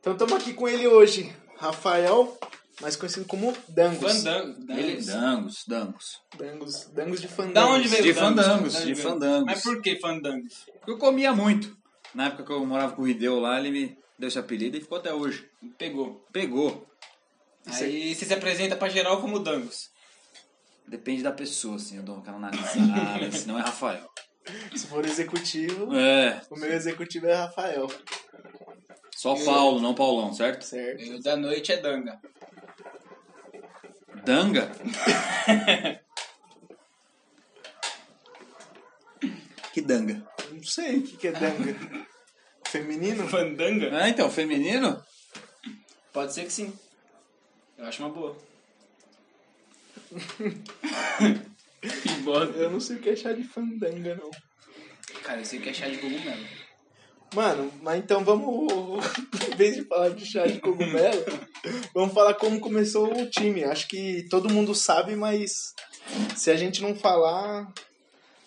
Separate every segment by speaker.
Speaker 1: Então estamos aqui com ele hoje, Rafael, mais conhecido como Dangos.
Speaker 2: Fandango.
Speaker 3: Ele, é
Speaker 2: Dangos.
Speaker 3: dangos, dangos.
Speaker 1: Dangos, Dangos de Fandango.
Speaker 2: Da onde veio
Speaker 3: De
Speaker 2: o Dangos?
Speaker 3: Fandangos,
Speaker 2: Da onde
Speaker 3: de
Speaker 2: veio?
Speaker 3: Fandangos.
Speaker 2: Mas por que Fandangos?
Speaker 3: Porque eu comia muito. Na época que eu morava com o Rideu lá, ele me deu esse apelido e ficou até hoje.
Speaker 2: Pegou.
Speaker 3: Pegou.
Speaker 2: Aí você se apresenta pra geral como Dangos.
Speaker 3: Depende da pessoa, assim. Eu dou aquela analisada, se não é Rafael.
Speaker 1: Se for executivo,
Speaker 3: É,
Speaker 1: o meu executivo é Rafael,
Speaker 3: só Paulo, não Paulão, certo?
Speaker 1: certo?
Speaker 2: E o da noite é Danga.
Speaker 3: Danga? que danga?
Speaker 1: Não sei o que, que é Danga. Feminino?
Speaker 2: Fandanga?
Speaker 3: Ah, então, feminino?
Speaker 2: Pode ser que sim. Eu acho uma boa. que bosta.
Speaker 1: Eu não sei o que achar de Fandanga, não.
Speaker 2: Cara, eu sei o que é chá de cogumelo.
Speaker 1: Mano, mas então vamos. Em vez de falar de chá de cogumelo, vamos falar como começou o time. Acho que todo mundo sabe, mas se a gente não falar,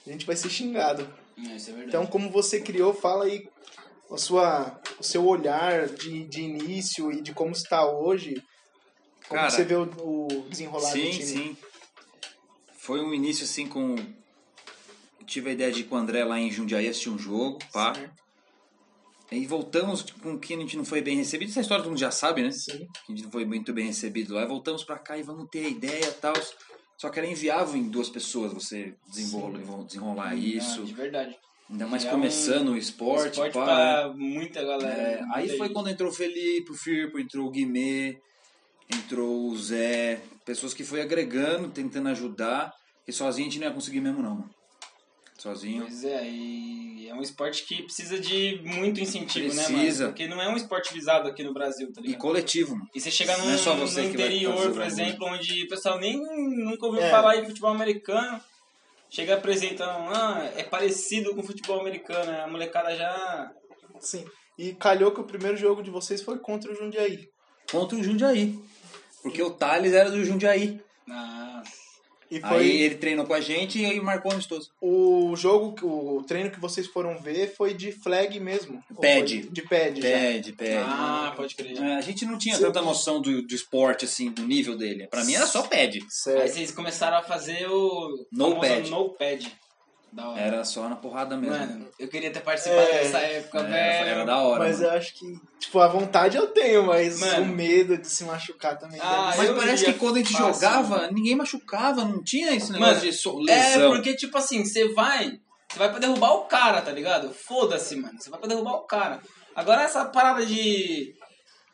Speaker 1: a gente vai ser xingado.
Speaker 2: Não, isso é verdade.
Speaker 1: Então, como você criou, fala aí a sua, o seu olhar de, de início e de como está hoje. Como
Speaker 3: Cara,
Speaker 1: você vê o, o desenrolar do
Speaker 3: Sim,
Speaker 1: time.
Speaker 3: sim. Foi um início assim com. Tive a ideia de ir com o André lá em Jundiaí assistir um jogo, pá.
Speaker 1: Certo.
Speaker 3: E voltamos com o que a gente não foi bem recebido. Essa história todo mundo já sabe, né?
Speaker 1: Sim.
Speaker 3: Que a gente não foi muito bem recebido lá. E Voltamos pra cá e vamos ter a ideia e tal. Só que era inviável em duas pessoas você desenrolar, desenrolar é isso.
Speaker 2: Não, Ah, de verdade.
Speaker 3: Ainda mais
Speaker 2: É
Speaker 3: começando o esporte.
Speaker 2: Esporte
Speaker 3: pá, né?
Speaker 2: pra muita galera.
Speaker 3: É,
Speaker 2: muita
Speaker 3: aí foi
Speaker 2: gente.
Speaker 3: quando entrou o Felipe, o Firpo, entrou o Guimê, entrou o Zé. Pessoas que foi agregando, tentando ajudar. E sozinho a gente não ia conseguir mesmo, não. mano. Sozinho.
Speaker 2: Pois é, e é um esporte que precisa de muito incentivo, né, mano?
Speaker 3: Precisa.
Speaker 2: Porque não é um esporte visado aqui no Brasil, tá
Speaker 3: E
Speaker 2: ligado?
Speaker 3: coletivo, mano.
Speaker 2: E você chegar
Speaker 3: Não
Speaker 2: num,
Speaker 3: é só você
Speaker 2: no
Speaker 3: que vai
Speaker 2: interior,
Speaker 3: fazer
Speaker 2: por
Speaker 3: barulho.
Speaker 2: exemplo, onde o pessoal nem nunca ouviu
Speaker 1: É.
Speaker 2: falar de futebol americano, chega apresentando, ah, é parecido com futebol americano, né? a molecada já.
Speaker 1: sim. E calhou que o primeiro jogo de vocês foi contra o Jundiaí.
Speaker 3: Contra o Jundiaí. Porque o Thales era do Jundiaí.
Speaker 2: Ah,
Speaker 1: E
Speaker 3: Aí ele treinou com a gente e aí marcou um amistoso.
Speaker 1: O jogo, que- o treino que vocês foram ver foi de flag mesmo. Ou
Speaker 3: Pad.
Speaker 1: foi De pad, já.
Speaker 3: Pede, pede.
Speaker 2: ah, pode crer.
Speaker 3: É, A gente não tinha tanta noção do, do esporte, assim, do nível dele. Pra mim era só pede.
Speaker 2: Aí
Speaker 1: Certo.
Speaker 2: vocês começaram a fazer o
Speaker 3: No
Speaker 2: famoso
Speaker 3: pad.
Speaker 2: no pad. Da hora.
Speaker 3: Era só na porrada mesmo. É,
Speaker 2: Mano, eu queria ter participado
Speaker 1: É.
Speaker 2: dessa época,
Speaker 3: era,
Speaker 2: velho.
Speaker 3: era da hora.
Speaker 1: mas
Speaker 3: mano.
Speaker 1: eu acho que, tipo, a vontade eu tenho, mas
Speaker 2: Mano.
Speaker 1: o medo de se machucar também.
Speaker 2: Ah,
Speaker 1: deve
Speaker 3: Mas
Speaker 1: ser.
Speaker 2: eu
Speaker 3: parece
Speaker 2: ia
Speaker 3: que quando a gente
Speaker 2: fácil,
Speaker 3: jogava,
Speaker 2: mano.
Speaker 3: ninguém machucava, não tinha esse negócio
Speaker 2: Mano,
Speaker 3: de so-
Speaker 2: É,
Speaker 3: lesão.
Speaker 2: porque, tipo assim, você vai. Você vai pra derrubar o cara, tá ligado? Foda-se, mano. Você vai pra derrubar o cara. Agora essa parada de.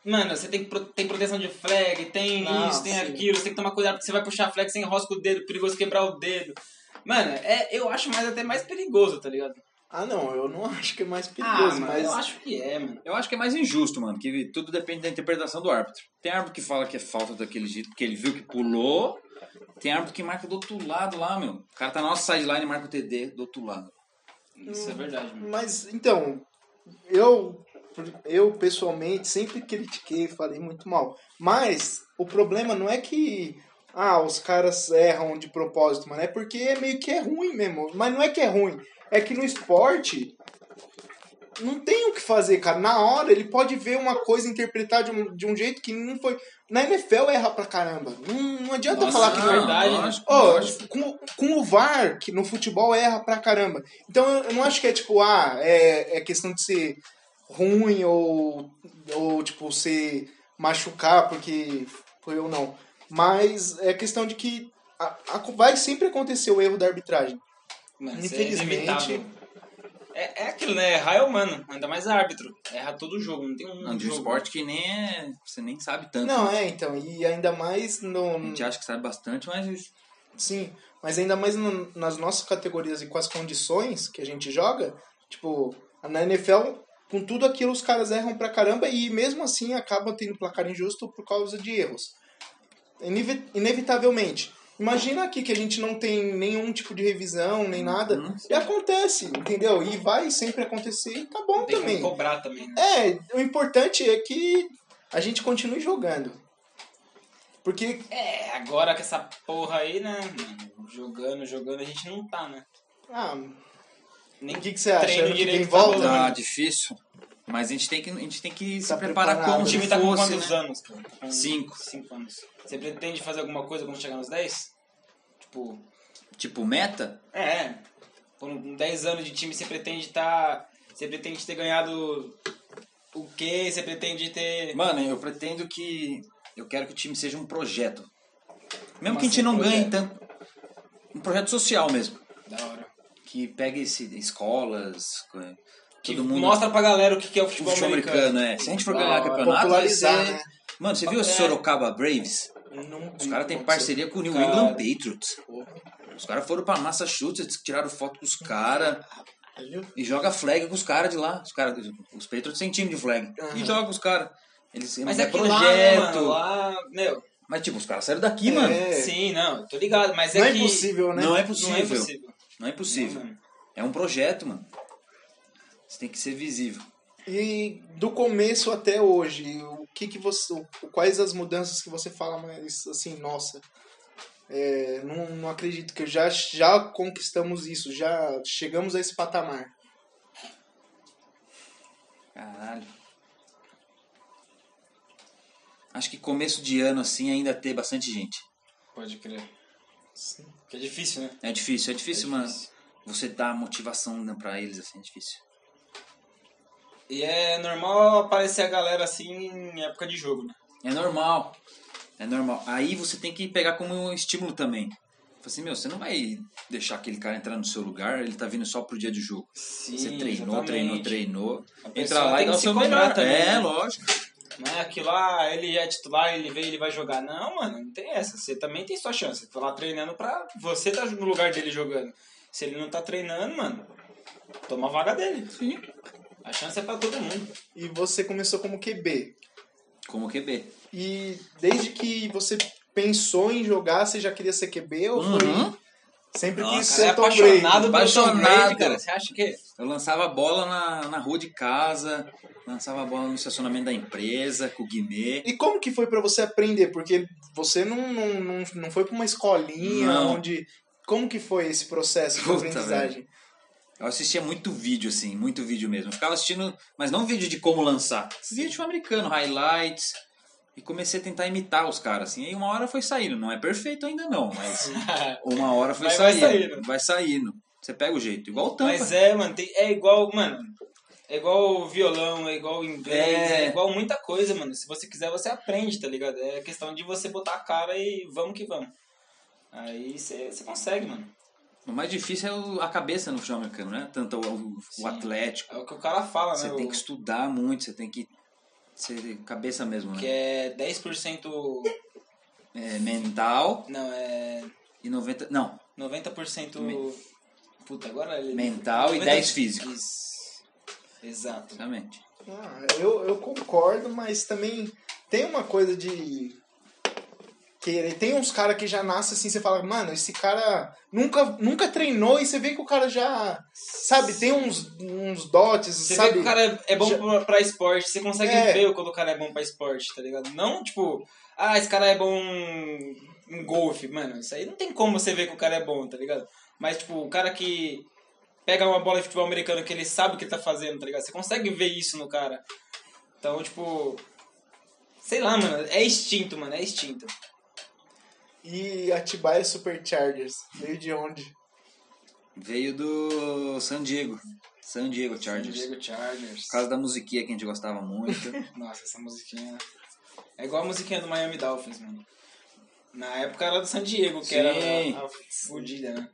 Speaker 2: Mano, você tem, pro- tem proteção de flag, tem
Speaker 1: Não,
Speaker 2: isso, tem
Speaker 1: Ah, sim.
Speaker 2: aquilo, você tem que tomar cuidado porque você vai puxar flag, você enrosca o dedo, perigoso quebrar o dedo. Mano, é, eu acho mais, até mais perigoso, tá ligado?
Speaker 1: Ah, não, eu não acho que é mais perigoso,
Speaker 2: ah, mano,
Speaker 1: mas.
Speaker 2: eu acho que é, mano.
Speaker 3: Eu acho que é mais injusto, mano, que tudo depende da interpretação do árbitro. Tem árbitro que fala que é falta daquele jeito, porque ele viu que pulou. Tem árbitro que marca do outro lado lá, meu. O cara tá na nossa sideline e marca o TD do outro lado.
Speaker 2: Isso
Speaker 1: Hum.
Speaker 2: é verdade, mano.
Speaker 1: Mas, então, eu, eu pessoalmente sempre critiquei, falei muito mal. Mas o problema não é que ah, os caras erram de propósito, mano. É porque é meio que é ruim mesmo. Mas não é que é ruim. É que no esporte não tem o que fazer, cara. Na hora ele pode ver uma coisa e interpretar de um, de um jeito que não foi. Na NFL erra pra caramba. Não, não adianta
Speaker 2: Nossa,
Speaker 1: falar que não
Speaker 2: é
Speaker 1: é
Speaker 2: verdade,
Speaker 3: lógico,
Speaker 1: Ó,
Speaker 3: lógico.
Speaker 1: com, com o VAR, que no futebol erra pra caramba. Então eu, eu não acho que é tipo, ah, é, é questão de ser ruim ou, ou tipo, ser machucar porque foi ou não. Mas é questão de que a- a- vai sempre acontecer o erro da arbitragem.
Speaker 2: Mano,
Speaker 1: Infelizmente-
Speaker 2: Isso é, inevitável. é, é aquilo, né? Errar é humano, ainda mais árbitro. Erra todo jogo, não tem um.
Speaker 3: Não, de um
Speaker 2: jogo.
Speaker 3: esporte que nem é. Você nem sabe tanto.
Speaker 1: Não, é, então. E ainda mais no.
Speaker 3: A gente acha que sabe bastante, mas.
Speaker 1: Sim, mas ainda mais no- nas nossas categorias e com as condições que a gente joga, tipo, na NFL, com tudo aquilo os caras erram pra caramba e mesmo assim acabam tendo placar injusto por causa de erros. Inevi- inevitavelmente. Imagina aqui que a gente não tem nenhum tipo de revisão, nem nada.
Speaker 3: Uhum.
Speaker 1: E acontece, entendeu? E vai sempre acontecer e tá bom
Speaker 2: Não tem
Speaker 1: também.
Speaker 2: como cobrar também, né?
Speaker 1: É, o importante é que a gente continue jogando. Porque
Speaker 2: É, agora com essa porra aí, né, mano? Jogando, jogando, a gente não tá, né?
Speaker 1: ah,
Speaker 2: Nem
Speaker 1: o que, que você acha?
Speaker 2: Treino
Speaker 1: Ano que vem
Speaker 2: direito, tá
Speaker 1: volta?
Speaker 2: bom.
Speaker 3: Tá difícil. Mas a gente tem que, a gente tem que se
Speaker 1: Tá
Speaker 3: preparar
Speaker 1: preparado,
Speaker 3: como
Speaker 2: O
Speaker 1: né?
Speaker 3: se
Speaker 2: time tá com
Speaker 3: fosse,
Speaker 2: quantos
Speaker 3: né?
Speaker 2: anos, cara? Tá com
Speaker 3: Cinco.
Speaker 2: Cinco anos. Você pretende fazer alguma coisa quando chegar nos 10? Tipo,
Speaker 3: Tipo, meta?
Speaker 2: é. Com 10 anos de time, você pretende estar. Você pretende ter ganhado o quê? Você pretende ter.
Speaker 3: Mano, eu pretendo que. Eu quero que o time seja um projeto. Mesmo
Speaker 2: Como
Speaker 3: que a gente
Speaker 2: assim,
Speaker 3: não ganhe
Speaker 2: projeto?
Speaker 3: tanto. Um projeto social mesmo.
Speaker 2: Da hora.
Speaker 3: Que pegue esse, escolas, co-
Speaker 2: Que
Speaker 3: todo mundo.
Speaker 2: mostra pra galera o que que é o
Speaker 3: o
Speaker 2: futebol,
Speaker 3: futebol americano, é. Se a gente for
Speaker 2: Da
Speaker 3: ganhar
Speaker 2: hora.
Speaker 3: campeonato, vai ser...
Speaker 1: popularizar, né?
Speaker 3: Mano, você viu
Speaker 2: É.
Speaker 3: o Sorocaba Braves?
Speaker 2: Não
Speaker 3: Os caras têm
Speaker 2: não
Speaker 3: parceria com o New
Speaker 2: Cara. é.
Speaker 3: England Patriots.
Speaker 2: sei.
Speaker 3: Os caras foram pra Massachusetts, tiraram foto com os caras
Speaker 1: Entendeu?
Speaker 3: e joga flag com os caras de lá. Os, cara, os Patriots têm time de flag. E
Speaker 1: Aham.
Speaker 3: joga com os caras. Eles
Speaker 2: Mas
Speaker 3: é
Speaker 2: é projeto. Lá, né,
Speaker 3: projeto.
Speaker 2: mano, lá, meu.
Speaker 3: Mas tipo, os caras saíram daqui, mano.
Speaker 1: É.
Speaker 2: Sim, não, tô ligado, mas
Speaker 1: Não
Speaker 2: é
Speaker 1: é
Speaker 2: que.
Speaker 1: impossível, né?
Speaker 3: Não é
Speaker 2: Não é
Speaker 3: possível.
Speaker 2: impossível.
Speaker 3: Não é impossível.
Speaker 2: Não, mano.
Speaker 3: é um projeto, mano. Você tem que ser visível.
Speaker 1: E do começo até hoje, o que que você, o- quais as mudanças que você fala mais assim, nossa, é, não, não acredito que já já conquistamos isso, já chegamos a esse patamar.
Speaker 3: Caralho. Acho que começo de ano, assim, ainda ter bastante gente.
Speaker 2: Pode crer. Que é difícil, né?
Speaker 3: É difícil, é difícil, mano.
Speaker 2: difícil.
Speaker 3: Você dar motivação né, pra eles, assim, é difícil.
Speaker 2: E é normal aparecer a galera assim em época de jogo, né?
Speaker 3: É normal. É normal. Aí você tem que pegar como um estímulo também. Fala assim, meu, você não vai deixar aquele cara entrar no seu lugar, ele tá vindo só pro dia de jogo.
Speaker 2: Sim,
Speaker 3: você treinou, treinou, treinou.
Speaker 2: A
Speaker 3: Entra
Speaker 2: pessoa
Speaker 3: lá e
Speaker 2: tem
Speaker 3: dá o
Speaker 2: que se
Speaker 3: seu
Speaker 2: cobrar
Speaker 3: melhor.
Speaker 2: também,
Speaker 3: É,
Speaker 2: né?
Speaker 3: lógico.
Speaker 2: Não é aquilo lá, ele é titular, ele vem, ele vai jogar. Não, mano, não tem essa. Você também tem sua chance. Você tá lá treinando pra você tá no lugar dele jogando. Se ele não tá treinando, mano, toma a vaga dele.
Speaker 3: Sim.
Speaker 2: A chance é pra todo mundo.
Speaker 1: E você começou como QB.
Speaker 3: Como QB.
Speaker 1: E desde que você pensou em jogar, você já queria ser QB ou
Speaker 3: Uhum.
Speaker 1: foi sempre
Speaker 3: Nossa,
Speaker 1: quis
Speaker 2: Você é
Speaker 1: ser Tom Brady?
Speaker 2: apaixonado pelo Tom Brady,
Speaker 3: apaixonado.
Speaker 2: cara. Você acha que
Speaker 3: Eu lançava bola na, na rua de casa, lançava bola no estacionamento da empresa, com o Guimê.
Speaker 1: E como que foi pra você aprender? Porque você não, não, não, não foi pra uma escolinha
Speaker 3: Não.
Speaker 1: onde. Como que foi esse processo de
Speaker 3: Puta,
Speaker 1: aprendizagem?
Speaker 3: Eu assistia muito vídeo, assim, muito vídeo mesmo. Eu ficava assistindo, mas não vídeo de como lançar. Vídeo tipo americano, highlights. E comecei a tentar imitar os caras, assim. E uma hora foi saindo. Não é perfeito ainda não, mas uma hora foi
Speaker 2: Mas vai
Speaker 3: saindo.
Speaker 2: saindo.
Speaker 3: Vai saindo. Você pega o jeito. Igual o tampa.
Speaker 2: Mas é, mano, tem- é igual, mano. É igual violão, é igual inglês, é...
Speaker 3: É.
Speaker 2: igual muita coisa, mano. Se você quiser, você aprende, tá ligado? É questão de você botar a cara e vamos que vamos. Aí você você consegue, mano.
Speaker 3: O mais difícil é o- a cabeça no futebol americano, né? Tanto o, o-
Speaker 2: Sim.
Speaker 3: o atlético.
Speaker 2: É o que o cara fala,
Speaker 3: Você
Speaker 2: né?
Speaker 3: tem
Speaker 2: o-
Speaker 3: que estudar muito, você tem que ser cabeça mesmo, né?
Speaker 2: Que é 10%.
Speaker 3: É, mental
Speaker 2: Não, é.
Speaker 3: e 90. Não,
Speaker 2: 90%.
Speaker 3: Men-
Speaker 2: Puta, agora ele.
Speaker 3: mental e 10 físico.
Speaker 2: Isso. Exato.
Speaker 3: Exatamente.
Speaker 1: Ah, eu, eu concordo, mas também tem uma coisa de. Querer. Tem uns caras que já nasce assim, você fala, mano, esse cara nunca, nunca treinou e você vê que o cara já. Sabe, tem uns, uns dotes,
Speaker 2: Você
Speaker 1: sabe?
Speaker 2: vê que o cara é- é bom
Speaker 1: já-
Speaker 2: pra, pra esporte, você consegue
Speaker 1: É.
Speaker 2: ver quando o cara é bom pra esporte, tá ligado? Não, tipo, ah, esse cara é bom em golfe, mano, isso aí não tem como você ver que o cara é bom, tá ligado? Mas, tipo, o cara que pega uma bola de futebol americano que ele sabe o que ele tá fazendo, tá ligado? Você consegue ver isso no cara. Então, tipo, sei lá, mano, é instinto, mano, é instinto.
Speaker 1: E Atibaia Superchargers. é Veio de onde?
Speaker 3: Veio do San Diego. San Diego Chargers.
Speaker 2: San Diego Chargers.
Speaker 3: Por causa da musiquinha que a gente gostava muito.
Speaker 2: Nossa, essa musiquinha. É igual a musiquinha do Miami Dolphins, mano. Na época era do San Diego, que era
Speaker 3: Sim.
Speaker 2: a, a fudilha, né?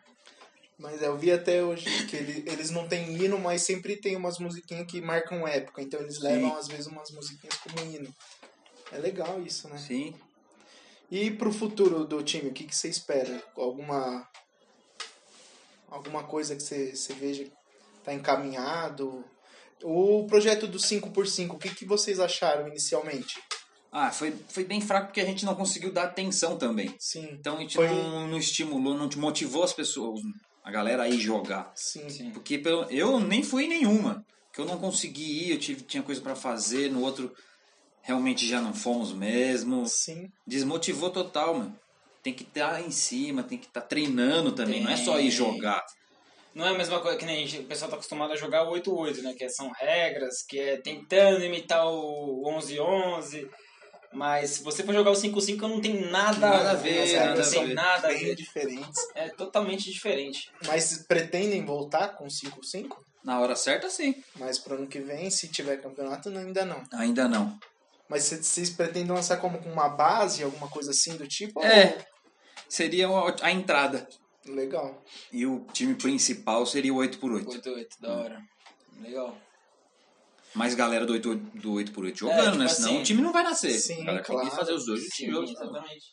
Speaker 1: Mas eu vi até hoje que ele- eles não têm hino, mas sempre tem umas musiquinhas que marcam época. Então eles levam, às vezes, umas musiquinhas como hino. É legal isso, né?
Speaker 3: Sim.
Speaker 1: E pro futuro do time, o que, que você espera? Alguma. Alguma coisa que você, você veja que tá encaminhado? O projeto do 5x5, o que, que vocês acharam inicialmente?
Speaker 3: Ah, foi, foi bem fraco porque a gente não conseguiu dar atenção também.
Speaker 1: Sim,
Speaker 3: Então a gente
Speaker 1: Foi-
Speaker 3: não, não estimulou, não te motivou as pessoas, a galera a ir jogar.
Speaker 1: sim.
Speaker 2: Sim.
Speaker 3: Porque pelo- eu nem fui em nenhuma. Que eu não consegui ir, eu tive, tinha coisa pra fazer, no outro realmente já não fomos mesmo.
Speaker 1: Sim.
Speaker 3: Desmotivou tá total, mano. Tem que estar em cima, tem que estar treinando também, não é só ir
Speaker 2: Tem.
Speaker 3: jogar.
Speaker 2: Não é a mesma coisa que nem o pessoal tá acostumado a jogar o 8-8, né? Que é- são regras, que é tentando imitar o 11-11. Mas se você for jogar o 5-5, não tem nada,
Speaker 3: Nada a ver,
Speaker 2: As
Speaker 1: nada
Speaker 2: regras
Speaker 1: a
Speaker 2: são
Speaker 3: ver.
Speaker 2: nada a
Speaker 1: Bem
Speaker 2: ver.
Speaker 1: diferentes.
Speaker 2: É totalmente diferente.
Speaker 1: Mas pretendem voltar com 5-5?
Speaker 3: Na hora certa, sim.
Speaker 1: Mas pro ano que vem, se tiver campeonato, não- ainda não.
Speaker 3: Ainda não.
Speaker 1: Mas cê- vocês pretendem lançar como com uma base, alguma coisa assim do tipo?
Speaker 3: É. Seria a- a entrada.
Speaker 1: Ou- Legal.
Speaker 3: E o time principal seria o 8x8.
Speaker 2: 8-8, da hora. Legal.
Speaker 3: Mas galera do 8, do 8x8 jogando,
Speaker 2: tipo
Speaker 3: né? Senão
Speaker 2: assim.
Speaker 3: o time não vai nascer.
Speaker 1: Sim,
Speaker 3: a galera tem
Speaker 1: claro.
Speaker 3: que fazer os dois
Speaker 2: Sim,
Speaker 3: jogos.
Speaker 2: exatamente.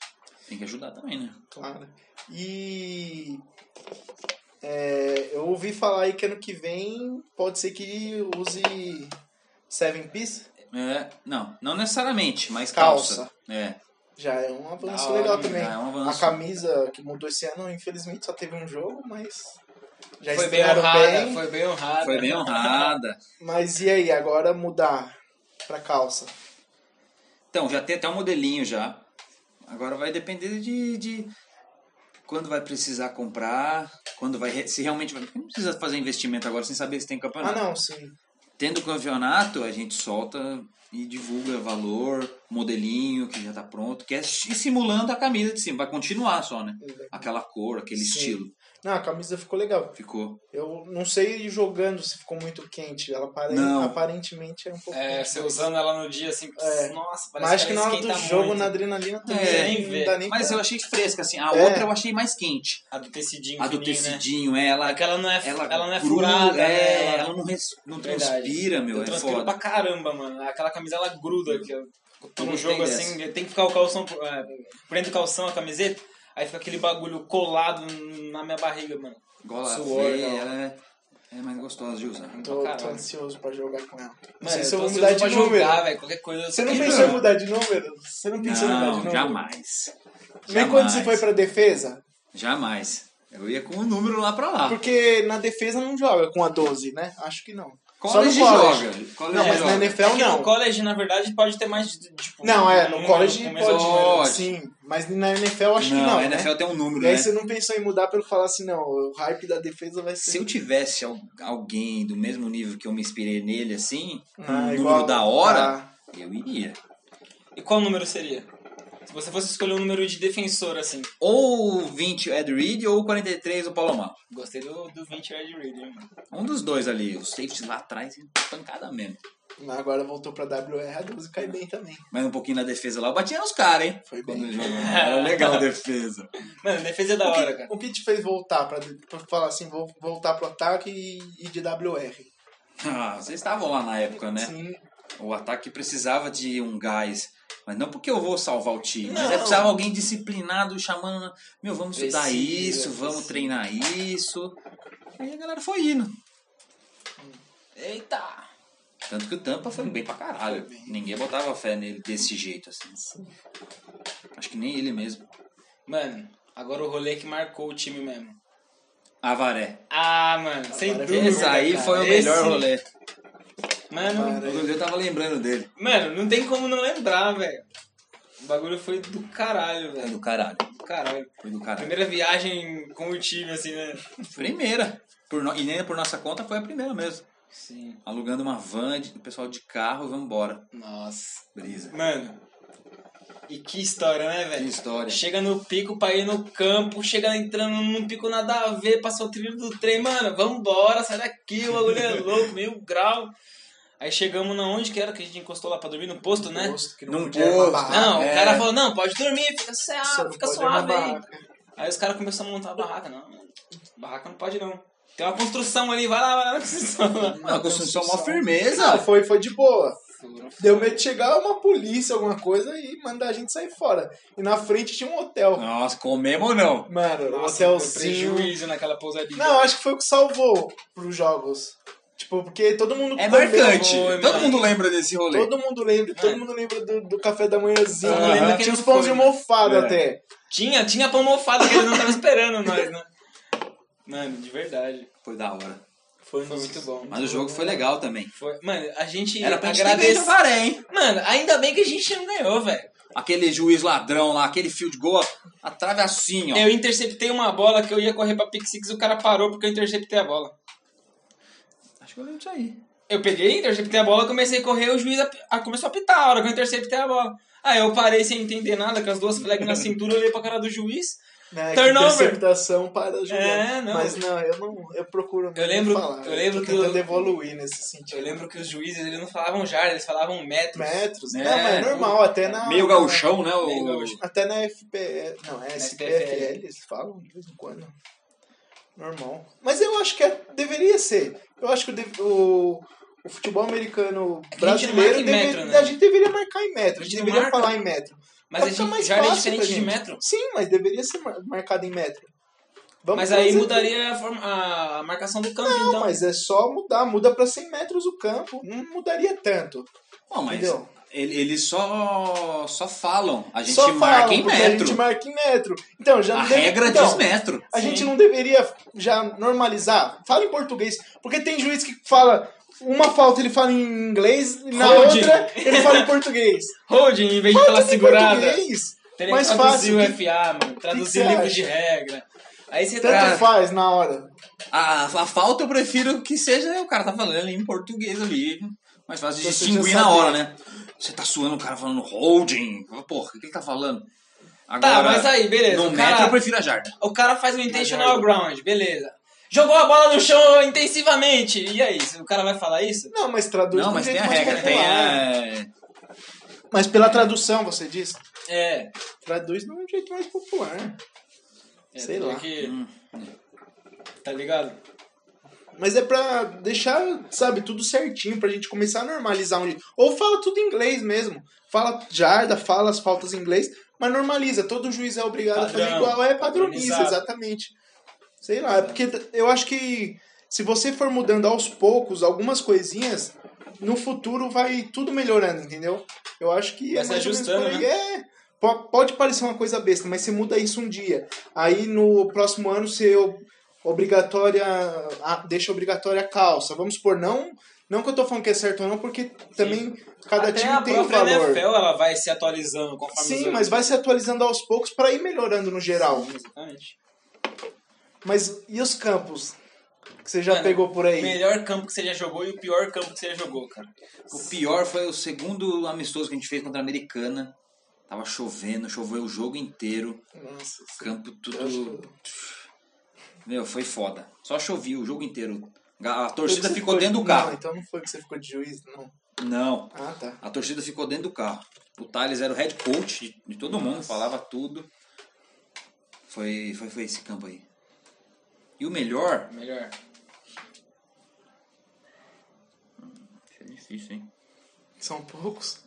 Speaker 3: Tem que ajudar também, né?
Speaker 1: Claro. E é, eu ouvi falar aí que ano que vem pode ser que use Seven Piece.
Speaker 3: É, não, não necessariamente, mas
Speaker 1: Calça.
Speaker 3: calça. É.
Speaker 1: Já é um avanço
Speaker 2: Da hora,
Speaker 1: legal
Speaker 2: né?
Speaker 1: também.
Speaker 3: Já é um
Speaker 1: A
Speaker 3: avanço.
Speaker 1: camisa que mudou esse ano, infelizmente, só teve um jogo, mas já
Speaker 2: Foi bem
Speaker 1: estrearam
Speaker 2: honrada,
Speaker 1: bem.
Speaker 2: foi bem honrada.
Speaker 3: Foi bem honrada.
Speaker 1: Mas e aí, agora mudar pra calça?
Speaker 3: Então, já tem até um modelinho já. Agora vai depender de, de quando vai precisar comprar, quando vai. re- Se realmente vai. Não precisa fazer investimento agora sem saber se tem
Speaker 1: Ah,
Speaker 3: campeonato.
Speaker 1: não, sim.
Speaker 3: Tendo campeonato, a gente solta e divulga valor, modelinho que já tá pronto, que é e simulando a camisa de cima. Vai continuar só, né? Aquela cor, aquele
Speaker 1: Sim.
Speaker 3: estilo.
Speaker 1: Não, a camisa ficou legal.
Speaker 3: Ficou.
Speaker 1: Eu não sei jogando se ficou muito quente. Ela apare-
Speaker 3: Não.
Speaker 1: aparentemente é um pouco
Speaker 2: É,
Speaker 1: quente,
Speaker 2: você
Speaker 1: mas-
Speaker 2: usando ela no dia assim,
Speaker 1: É.
Speaker 2: nossa,
Speaker 1: Mas
Speaker 2: parece
Speaker 1: acho que
Speaker 2: que
Speaker 1: na
Speaker 2: ela
Speaker 1: hora do
Speaker 2: esquenta
Speaker 1: jogo,
Speaker 2: muito.
Speaker 1: na adrenalina também,
Speaker 3: É,
Speaker 1: nem
Speaker 2: nem vê.
Speaker 1: não dá nem
Speaker 3: Mas
Speaker 1: pra-
Speaker 3: eu achei fresca, assim. A
Speaker 1: É.
Speaker 3: outra eu achei mais quente.
Speaker 2: A do tecidinho
Speaker 3: A do
Speaker 2: fininho, né?
Speaker 3: tecidinho, ela.
Speaker 2: Aquela não é, ela,
Speaker 3: Ela,
Speaker 2: não é
Speaker 3: grua,
Speaker 2: furada,
Speaker 3: é,
Speaker 2: né?
Speaker 3: ela, não, res- não
Speaker 2: Verdade.
Speaker 3: transpira, meu.
Speaker 2: eu
Speaker 3: É
Speaker 2: transpiro
Speaker 3: foda.
Speaker 2: pra caramba, mano. Aquela camisa ela gruda. Que eu,
Speaker 3: Eu
Speaker 2: num
Speaker 3: gostei
Speaker 2: jogo
Speaker 3: dessa.
Speaker 2: assim, tem que ficar o calção, é, prendo o calção, a camiseta, aí fica aquele bagulho colado na minha barriga, mano.
Speaker 3: Gola
Speaker 2: Suor,
Speaker 3: feia,
Speaker 2: não.
Speaker 3: ela é, é mais gostosa de usar.
Speaker 1: Tô,
Speaker 2: pra
Speaker 1: tô
Speaker 2: caralho.
Speaker 1: ansioso pra jogar com ela. não
Speaker 2: Mano,
Speaker 1: sei
Speaker 2: eu
Speaker 1: se
Speaker 2: tô
Speaker 1: eu vou
Speaker 2: ansioso
Speaker 1: mudar de
Speaker 2: pra
Speaker 1: número.
Speaker 2: jogar, velho. Qualquer coisa. eu
Speaker 1: Você não
Speaker 2: fiquei,
Speaker 1: pensou em
Speaker 2: mano.
Speaker 1: mudar de número? Você não pensou em mudar de
Speaker 3: Não,
Speaker 1: número?
Speaker 3: jamais.
Speaker 1: Nem quando você
Speaker 3: Jamais.
Speaker 1: foi pra defesa?
Speaker 3: Jamais. Eu ia com o número lá pra lá.
Speaker 1: Porque na defesa não joga com a 12, né? Acho que não.
Speaker 3: College
Speaker 1: Só no
Speaker 3: joga. College
Speaker 1: Não, mas
Speaker 3: joga.
Speaker 1: na NFL
Speaker 2: Porque
Speaker 1: não.
Speaker 2: É no college, na verdade, pode ter mais. de- Tipo,
Speaker 1: Não, é, no
Speaker 2: número, um
Speaker 1: college
Speaker 2: com
Speaker 1: pode, né?
Speaker 2: mesmo número.
Speaker 3: Pode.
Speaker 1: Sim, mas na NFL acho que não.
Speaker 3: a
Speaker 1: né?
Speaker 3: NFL tem um número,
Speaker 1: E aí
Speaker 3: né?
Speaker 1: você não pensou em mudar pra eu falar assim, não, o hype da defesa vai ser.
Speaker 3: Se eu tivesse al- alguém do mesmo nível que eu me inspirei nele, assim,
Speaker 1: Ah,
Speaker 3: um número
Speaker 1: igual-
Speaker 3: da hora,
Speaker 1: Ah,
Speaker 3: eu iria.
Speaker 2: E qual número seria? Se você fosse escolher um número de defensor, assim.
Speaker 3: Ou o 20 o Ed Reed ou o 43 o Palomar.
Speaker 2: Gostei do, do 20 Red Reader, mano.
Speaker 3: Um dos dois ali, os safeties lá atrás, pancada mesmo.
Speaker 1: agora voltou pra WR, a 12 cai bem também.
Speaker 3: Mas um pouquinho na defesa lá, eu batia nos caras, hein?
Speaker 1: Foi
Speaker 3: Quando
Speaker 1: bem.
Speaker 3: ele jogava. Era legal a defesa.
Speaker 2: Mano, defesa é da
Speaker 1: O que-
Speaker 2: hora, cara.
Speaker 1: O que te fez voltar pra, pra falar assim, vou voltar pro ataque e, e de WR?
Speaker 3: Ah, vocês estavam lá na época, né?
Speaker 1: Sim,
Speaker 3: O ataque precisava de um gás. Mas não porque eu vou salvar o time, mas
Speaker 1: Não.
Speaker 3: é precisava alguém disciplinado chamando. Meu, vamos estudar
Speaker 2: Precisa,
Speaker 3: isso, vamos
Speaker 2: precisa.
Speaker 3: treinar isso. Aí a galera foi indo.
Speaker 2: Eita!
Speaker 3: Tanto que o Tampa foi bem pra caralho. Ninguém botava fé nele desse jeito, assim. Acho que nem ele mesmo.
Speaker 2: Mano, agora o rolê que marcou o time mesmo.
Speaker 3: Avaré.
Speaker 2: Ah, mano, sem
Speaker 1: Agora
Speaker 2: dúvida.
Speaker 3: Esse aí
Speaker 2: cara.
Speaker 3: foi o
Speaker 2: Esse-
Speaker 3: melhor rolê.
Speaker 2: Mano,
Speaker 1: Agora-
Speaker 3: O Dudu tava lembrando dele.
Speaker 2: mano, não tem como não lembrar, velho. O bagulho foi do caralho,
Speaker 3: Foi
Speaker 2: velho.
Speaker 3: do caralho.
Speaker 2: Do caralho.
Speaker 3: Foi do caralho.
Speaker 2: Primeira viagem com o time, assim, né?
Speaker 3: Primeira. Por no- E nem por nossa conta foi a primeira mesmo.
Speaker 2: Sim.
Speaker 3: Alugando uma van, de- o pessoal de carro, vamos embora.
Speaker 2: Nossa.
Speaker 3: Brisa.
Speaker 2: Mano, e que história, né,
Speaker 1: É,
Speaker 3: Que
Speaker 2: velho?
Speaker 3: história.
Speaker 2: Chega no pico pra ir no campo, chega entrando num pico nada a ver, passou o trilho do trem, mano, vambora, sai daqui, o bagulho é louco, meio grau. Aí chegamos na onde que era que a gente encostou lá pra dormir, no posto, né?
Speaker 1: Posto que
Speaker 3: Num
Speaker 1: podia
Speaker 3: posto.
Speaker 1: abalar.
Speaker 2: Não, o
Speaker 3: É.
Speaker 2: cara falou, não, pode dormir, fica,
Speaker 1: Só
Speaker 2: suave,
Speaker 1: Ah, não
Speaker 2: Ah, fica
Speaker 1: pode
Speaker 2: suave
Speaker 1: armar
Speaker 2: aí.
Speaker 1: barraca.
Speaker 2: Aí os caras começaram a montar a barraca, não, mano, barraca não pode não. Tem uma construção ali, vai lá, vai lá na construção.
Speaker 3: Não, a construção é uma
Speaker 1: Não,
Speaker 3: firmeza.
Speaker 1: foi, foi de boa.
Speaker 2: Foram
Speaker 1: Deu medo de chegar uma polícia, alguma coisa, e mandar a gente sair fora. E na frente tinha um hotel.
Speaker 3: Nossa, comemos ou não?
Speaker 1: Mano, é o
Speaker 2: Nossa, foi
Speaker 1: hotelzinho.
Speaker 2: prejuízo naquela pousadinha.
Speaker 1: Não, acho que foi o que salvou pros jogos. Tipo, porque todo mundo.
Speaker 3: É marcante.
Speaker 2: Foi,
Speaker 3: Todo
Speaker 2: mano.
Speaker 3: mundo lembra desse rolê.
Speaker 1: Todo mundo lembra, todo mundo lembra do, do café da manhãzinho.
Speaker 3: Todo mundo lembra
Speaker 1: né?
Speaker 2: É. que
Speaker 1: Tinha uns
Speaker 2: não foi,
Speaker 1: pãozinhos
Speaker 2: né?
Speaker 1: mofados
Speaker 3: É.
Speaker 1: até.
Speaker 2: Tinha, tinha pão mofado que eles não estavam esperando nós, né? Mano, de verdade.
Speaker 3: Foi da hora.
Speaker 2: Foi, muito bom.
Speaker 3: Mas o jogo foi legal também.
Speaker 2: Foi- Mano, a gente
Speaker 3: Era pra gente ter
Speaker 2: agradece-
Speaker 3: ganho do Avaré, hein?
Speaker 2: Mano, ainda bem que a gente não ganhou, velho.
Speaker 3: Aquele juiz ladrão lá, aquele field goal, a trave assim, ó.
Speaker 2: Eu interceptei uma bola que eu ia correr pra pick six, o cara parou porque eu interceptei a bola.
Speaker 3: Acho que eu lembro disso aí.
Speaker 2: Eu peguei, interceptei a bola, comecei a correr, o juiz ap- a- começou a apitar a hora que eu interceptei a bola. Aí eu parei sem entender nada, com as duas flags na cintura, olhei pra cara do juiz.
Speaker 1: Né,
Speaker 2: Turnover.
Speaker 1: Interceptação para jogar.
Speaker 2: É, não.
Speaker 1: Mas não, eu não. Eu procuro não
Speaker 2: Eu lembro-
Speaker 1: falar.
Speaker 2: eu lembro
Speaker 1: tô
Speaker 2: que
Speaker 1: tentando
Speaker 2: eu-
Speaker 1: evoluir nesse sentido.
Speaker 2: Eu lembro que os juízes eles não falavam jardas, eles falavam metros.
Speaker 1: Metros, né?
Speaker 3: É,
Speaker 1: Não, mas é normal, até na.
Speaker 3: Meio gauchão, né?
Speaker 2: Meio
Speaker 3: O...
Speaker 2: gauchão.
Speaker 1: Até na FPL. Não, é SPFL,
Speaker 2: SPFL.
Speaker 1: eles falam de vez em quando. Normal. Mas eu acho que é- deveria ser. Eu acho que o, de- o, o futebol americano
Speaker 2: É que a gente
Speaker 1: brasileiro.
Speaker 2: não marca em
Speaker 1: deve-
Speaker 2: metro, né?
Speaker 1: A gente deveria marcar em metro.
Speaker 2: A
Speaker 1: A
Speaker 2: gente
Speaker 1: gente
Speaker 2: não
Speaker 1: deveria
Speaker 2: marca.
Speaker 1: falar em metro.
Speaker 2: Mas
Speaker 1: Pra
Speaker 2: a
Speaker 1: ficar
Speaker 2: gente,
Speaker 1: mais
Speaker 2: jarda é
Speaker 1: fácil pra
Speaker 2: diferente de
Speaker 1: gente.
Speaker 2: metro.
Speaker 1: Sim, mas deveria ser mar- marcado em metro. Vamos
Speaker 2: Mas aí
Speaker 1: trazer-
Speaker 2: mudaria a, forma- a marcação do campo,
Speaker 1: Não,
Speaker 2: então.
Speaker 1: mas é só mudar. Muda pra 100 metros o campo. Não mudaria tanto.
Speaker 3: Bom, mas
Speaker 1: Entendeu?
Speaker 3: ele- eles só, só falam. A gente
Speaker 1: só
Speaker 3: marca
Speaker 1: falam,
Speaker 3: em
Speaker 1: porque
Speaker 3: metro.
Speaker 1: A gente marca em metro. Então, já
Speaker 3: A
Speaker 1: não deve-
Speaker 3: regra
Speaker 1: então,
Speaker 3: diz metro.
Speaker 1: A
Speaker 2: Sim.
Speaker 1: gente não deveria já normalizar. Fala em português, porque tem juiz que fala uma falta ele fala em inglês, e na
Speaker 2: Holding.
Speaker 1: outra ele fala em português.
Speaker 2: Holding, em vez de falar
Speaker 1: Fala em
Speaker 2: segurada.
Speaker 1: português.
Speaker 2: Teria
Speaker 1: Mais
Speaker 2: que traduzir
Speaker 1: fácil.
Speaker 2: o
Speaker 1: Que-
Speaker 2: FA, mano. Traduzir
Speaker 1: que você
Speaker 2: livro
Speaker 1: acha?
Speaker 2: de regra. Aí você tá-
Speaker 1: Tanto
Speaker 3: Ah.
Speaker 2: traz.
Speaker 1: faz na hora.
Speaker 3: A, a falta eu prefiro que seja o cara tá falando em português ali. Mais fácil de
Speaker 1: Você já
Speaker 3: distinguir na
Speaker 1: sabe.
Speaker 3: hora, né? Você tá suando o cara falando holding. Porra, o que ele tá falando?
Speaker 2: Tá, mas aí, beleza.
Speaker 3: No
Speaker 2: O
Speaker 3: metro eu
Speaker 2: cara,
Speaker 3: prefiro a jarda.
Speaker 2: o cara faz um intentional ground, beleza. Jogou a bola no chão intensivamente. E aí, o cara vai falar isso?
Speaker 1: Não, mas traduz
Speaker 3: Não,
Speaker 1: de um
Speaker 3: mas tem
Speaker 1: jeito
Speaker 3: a
Speaker 1: mais
Speaker 3: regra. Tem
Speaker 1: popular.
Speaker 3: a...
Speaker 1: Mas pela tradução, você diz?
Speaker 2: É.
Speaker 1: Traduz de um jeito mais popular.
Speaker 2: É,
Speaker 1: Sei
Speaker 2: teria
Speaker 1: lá. Hum.
Speaker 2: que- Tá ligado?
Speaker 1: Mas é pra deixar, sabe, tudo certinho, pra gente começar a normalizar onde. Ou fala tudo em inglês mesmo. Fala jarda, fala as faltas em inglês, mas normaliza. Todo juiz é obrigado a fazer
Speaker 2: Padrão,
Speaker 1: igual, é padroniza,
Speaker 2: padronizado.
Speaker 1: exatamente. Sei lá, é porque eu acho que se você for mudando aos poucos algumas coisinhas, no futuro vai tudo melhorando, entendeu? Eu acho que é
Speaker 2: Vai se
Speaker 1: mais ou menos por
Speaker 2: ajustando, né?
Speaker 1: aí. É, po- pode parecer uma coisa besta, mas você muda isso um dia. Aí no próximo ano você o- obrigatória a- deixa obrigatória a calça. Vamos supor, não, não que eu tô falando que é certo ou não, porque também cada
Speaker 2: Até
Speaker 1: time
Speaker 2: a
Speaker 1: tem um
Speaker 2: própria
Speaker 1: valor.
Speaker 2: NFL ela vai se atualizando conforme os
Speaker 1: Sim,
Speaker 2: anos.
Speaker 1: mas vai se atualizando aos poucos pra ir melhorando no geral.
Speaker 2: Exatamente.
Speaker 1: Mas e os campos que você já
Speaker 2: Mano,
Speaker 1: pegou por
Speaker 2: O
Speaker 1: aí?
Speaker 2: melhor campo que você já jogou e o pior campo que você já jogou, cara.
Speaker 3: O pior foi o segundo amistoso que a gente fez contra a Americana. Tava chovendo, choveu o jogo inteiro.
Speaker 1: Nossa, sim.
Speaker 3: Campo
Speaker 1: Eu acho
Speaker 3: tudo.
Speaker 1: que-
Speaker 3: Meu, foi foda. Só chovia o jogo inteiro. A
Speaker 1: Foi que
Speaker 3: torcida
Speaker 1: você
Speaker 3: ficou
Speaker 1: de-
Speaker 3: dentro do
Speaker 1: Não,
Speaker 3: carro.
Speaker 1: então não foi que você ficou de juiz, não.
Speaker 3: Não,
Speaker 1: Ah, tá.
Speaker 3: a torcida ficou dentro do carro. O Thales era o head coach de, de todo mundo, falava tudo. Foi, foi, foi esse campo aí. E o melhor.
Speaker 2: Melhor.
Speaker 3: É difícil, hein?
Speaker 1: São poucos.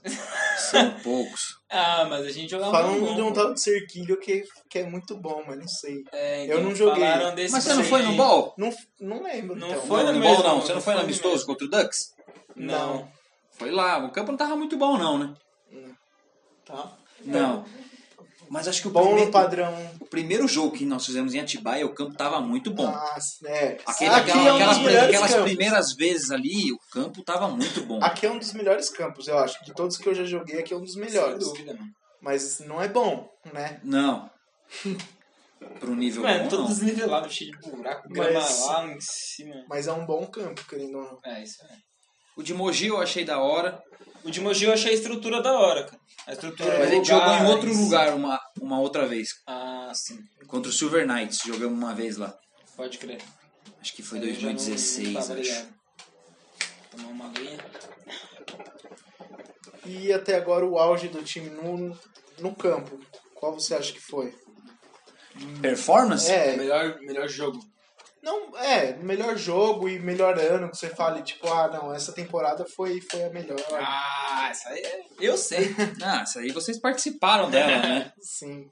Speaker 3: São poucos.
Speaker 2: Ah, mas a gente jogava
Speaker 1: Falam
Speaker 2: muito
Speaker 1: de um
Speaker 2: bom.
Speaker 1: tal de cerquilho que, que é muito bom, mas não sei.
Speaker 2: É,
Speaker 1: Eu não joguei.
Speaker 2: falaram desse
Speaker 3: Mas você não
Speaker 2: daí.
Speaker 3: foi no ball?
Speaker 1: Não, não lembro,
Speaker 2: Não
Speaker 1: então.
Speaker 2: foi no
Speaker 3: não, no
Speaker 2: mesmo,
Speaker 3: ball não. Você
Speaker 2: não
Speaker 3: não foi no
Speaker 2: foi no
Speaker 3: amistoso
Speaker 2: mesmo.
Speaker 3: contra o Ducks?
Speaker 2: Não.
Speaker 3: Foi lá. O campo não tava muito bom, não, né?
Speaker 1: Tá.
Speaker 3: Não. Mas acho que o
Speaker 1: Bom no
Speaker 3: primeiro,
Speaker 1: padrão.
Speaker 3: o primeiro jogo que nós fizemos em Atibaia, o campo tava muito bom.
Speaker 1: Nossa, é.
Speaker 3: Aquele-
Speaker 1: aqui
Speaker 3: aquela-
Speaker 1: é um dos
Speaker 3: aquelas
Speaker 2: aquela-
Speaker 1: melhores
Speaker 3: aquelas
Speaker 1: campos.
Speaker 3: primeiras vezes ali, o campo tava muito bom.
Speaker 1: Aqui é um dos melhores campos, eu acho. De todos que eu já joguei, aqui é um dos melhores.
Speaker 2: Sem dúvida, mano.
Speaker 1: Mas não é bom, né?
Speaker 3: Não. Pro nível
Speaker 2: Mano,
Speaker 3: bom,
Speaker 2: todo
Speaker 3: não.
Speaker 2: desnivelado, cheio de buraco, grama
Speaker 1: Mas-
Speaker 2: lá em cima.
Speaker 1: Mas é um bom campo, querendo ou não.
Speaker 2: É, isso é.
Speaker 3: O de Mogi eu achei da hora,
Speaker 2: O de Mogi eu achei a estrutura da hora, cara. A estrutura
Speaker 1: É,
Speaker 3: mas a gente jogou
Speaker 2: lugar,
Speaker 3: em outro
Speaker 2: isso.
Speaker 3: lugar uma, uma outra vez.
Speaker 2: Ah, sim.
Speaker 3: Contra o Silver Knights, jogamos uma vez lá.
Speaker 2: Pode crer.
Speaker 3: Acho que foi
Speaker 2: Eu já não- não
Speaker 3: 2016,
Speaker 2: tava
Speaker 3: acho.
Speaker 2: ligado. Tomar uma aguinha.
Speaker 1: E até agora o auge do time no, no campo. Qual você acha que foi?
Speaker 3: Hum. Performance?
Speaker 1: É,
Speaker 2: Melhor, melhor jogo.
Speaker 1: Não, é, melhor jogo e melhor ano que você fale, tipo, ah, não, essa temporada foi, foi a melhor.
Speaker 2: Ah, isso aí é- eu sei.
Speaker 3: Ah, isso aí vocês participaram dela, né?
Speaker 1: Sim.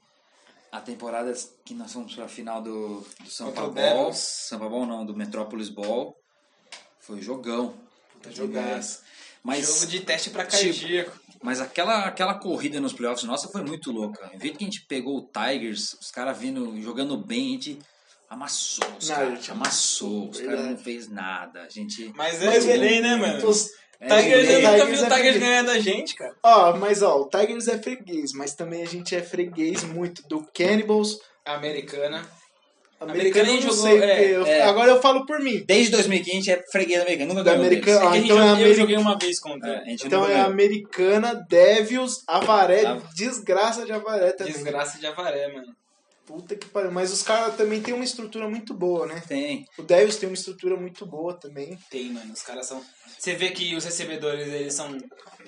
Speaker 3: A temporada que nós fomos pra final do, do Sampa
Speaker 2: Contra o
Speaker 3: Ball.
Speaker 2: Devils.
Speaker 3: Sampa Ball não, do Metrópolis Ball. Foi jogão.
Speaker 1: Puta jogaço.
Speaker 3: Mas
Speaker 2: Jogo de teste pra
Speaker 3: tipo,
Speaker 2: cardíaco.
Speaker 3: Mas aquela, aquela corrida nos playoffs nossa foi muito louca. O jeito que a gente pegou o Tigers, os caras vindo, jogando bem, a gente amassou os
Speaker 1: Não,
Speaker 3: caras.
Speaker 1: gente,
Speaker 3: Amassou, os caras
Speaker 1: verdade.
Speaker 3: não fez nada. A gente.
Speaker 2: Mas é
Speaker 1: Mas
Speaker 2: delay,
Speaker 1: eu-
Speaker 2: né, mano?
Speaker 1: Os,
Speaker 3: É,
Speaker 2: Tigers, eu
Speaker 1: Tigers
Speaker 2: nunca vi o
Speaker 1: é
Speaker 2: Tigers
Speaker 1: freguês.
Speaker 2: ganhar da gente, cara.
Speaker 1: Ó, mas ó, o Tigers é freguês, mas também a gente é freguês muito do Cannibals.
Speaker 2: A Americana.
Speaker 1: Americano,
Speaker 2: Americano
Speaker 1: eu não
Speaker 2: jogou-
Speaker 1: sei,
Speaker 2: é,
Speaker 1: porque eu-
Speaker 3: é.
Speaker 1: agora eu falo por mim.
Speaker 3: Desde 2015 é freguês americano. Nunca
Speaker 1: Da
Speaker 3: ganhou deles.
Speaker 1: Americana-
Speaker 2: É
Speaker 1: Ah,
Speaker 2: que a gente,
Speaker 1: então é
Speaker 2: eu
Speaker 1: Ameri-
Speaker 2: joguei uma vez contra
Speaker 3: É, a
Speaker 2: ele.
Speaker 3: gente
Speaker 1: Então
Speaker 3: nunca
Speaker 1: é
Speaker 3: ganhou.
Speaker 1: Americana, Devils, Avaré,
Speaker 3: Ah.
Speaker 1: desgraça de Avaré também.
Speaker 2: Desgraça de avaré, mano.
Speaker 1: Puta que pariu. Mas os caras também têm uma estrutura muito boa, né?
Speaker 3: Tem.
Speaker 1: O Devils tem uma estrutura muito boa também.
Speaker 2: Tem, mano. Os caras são. Você vê que os recebedores, eles são,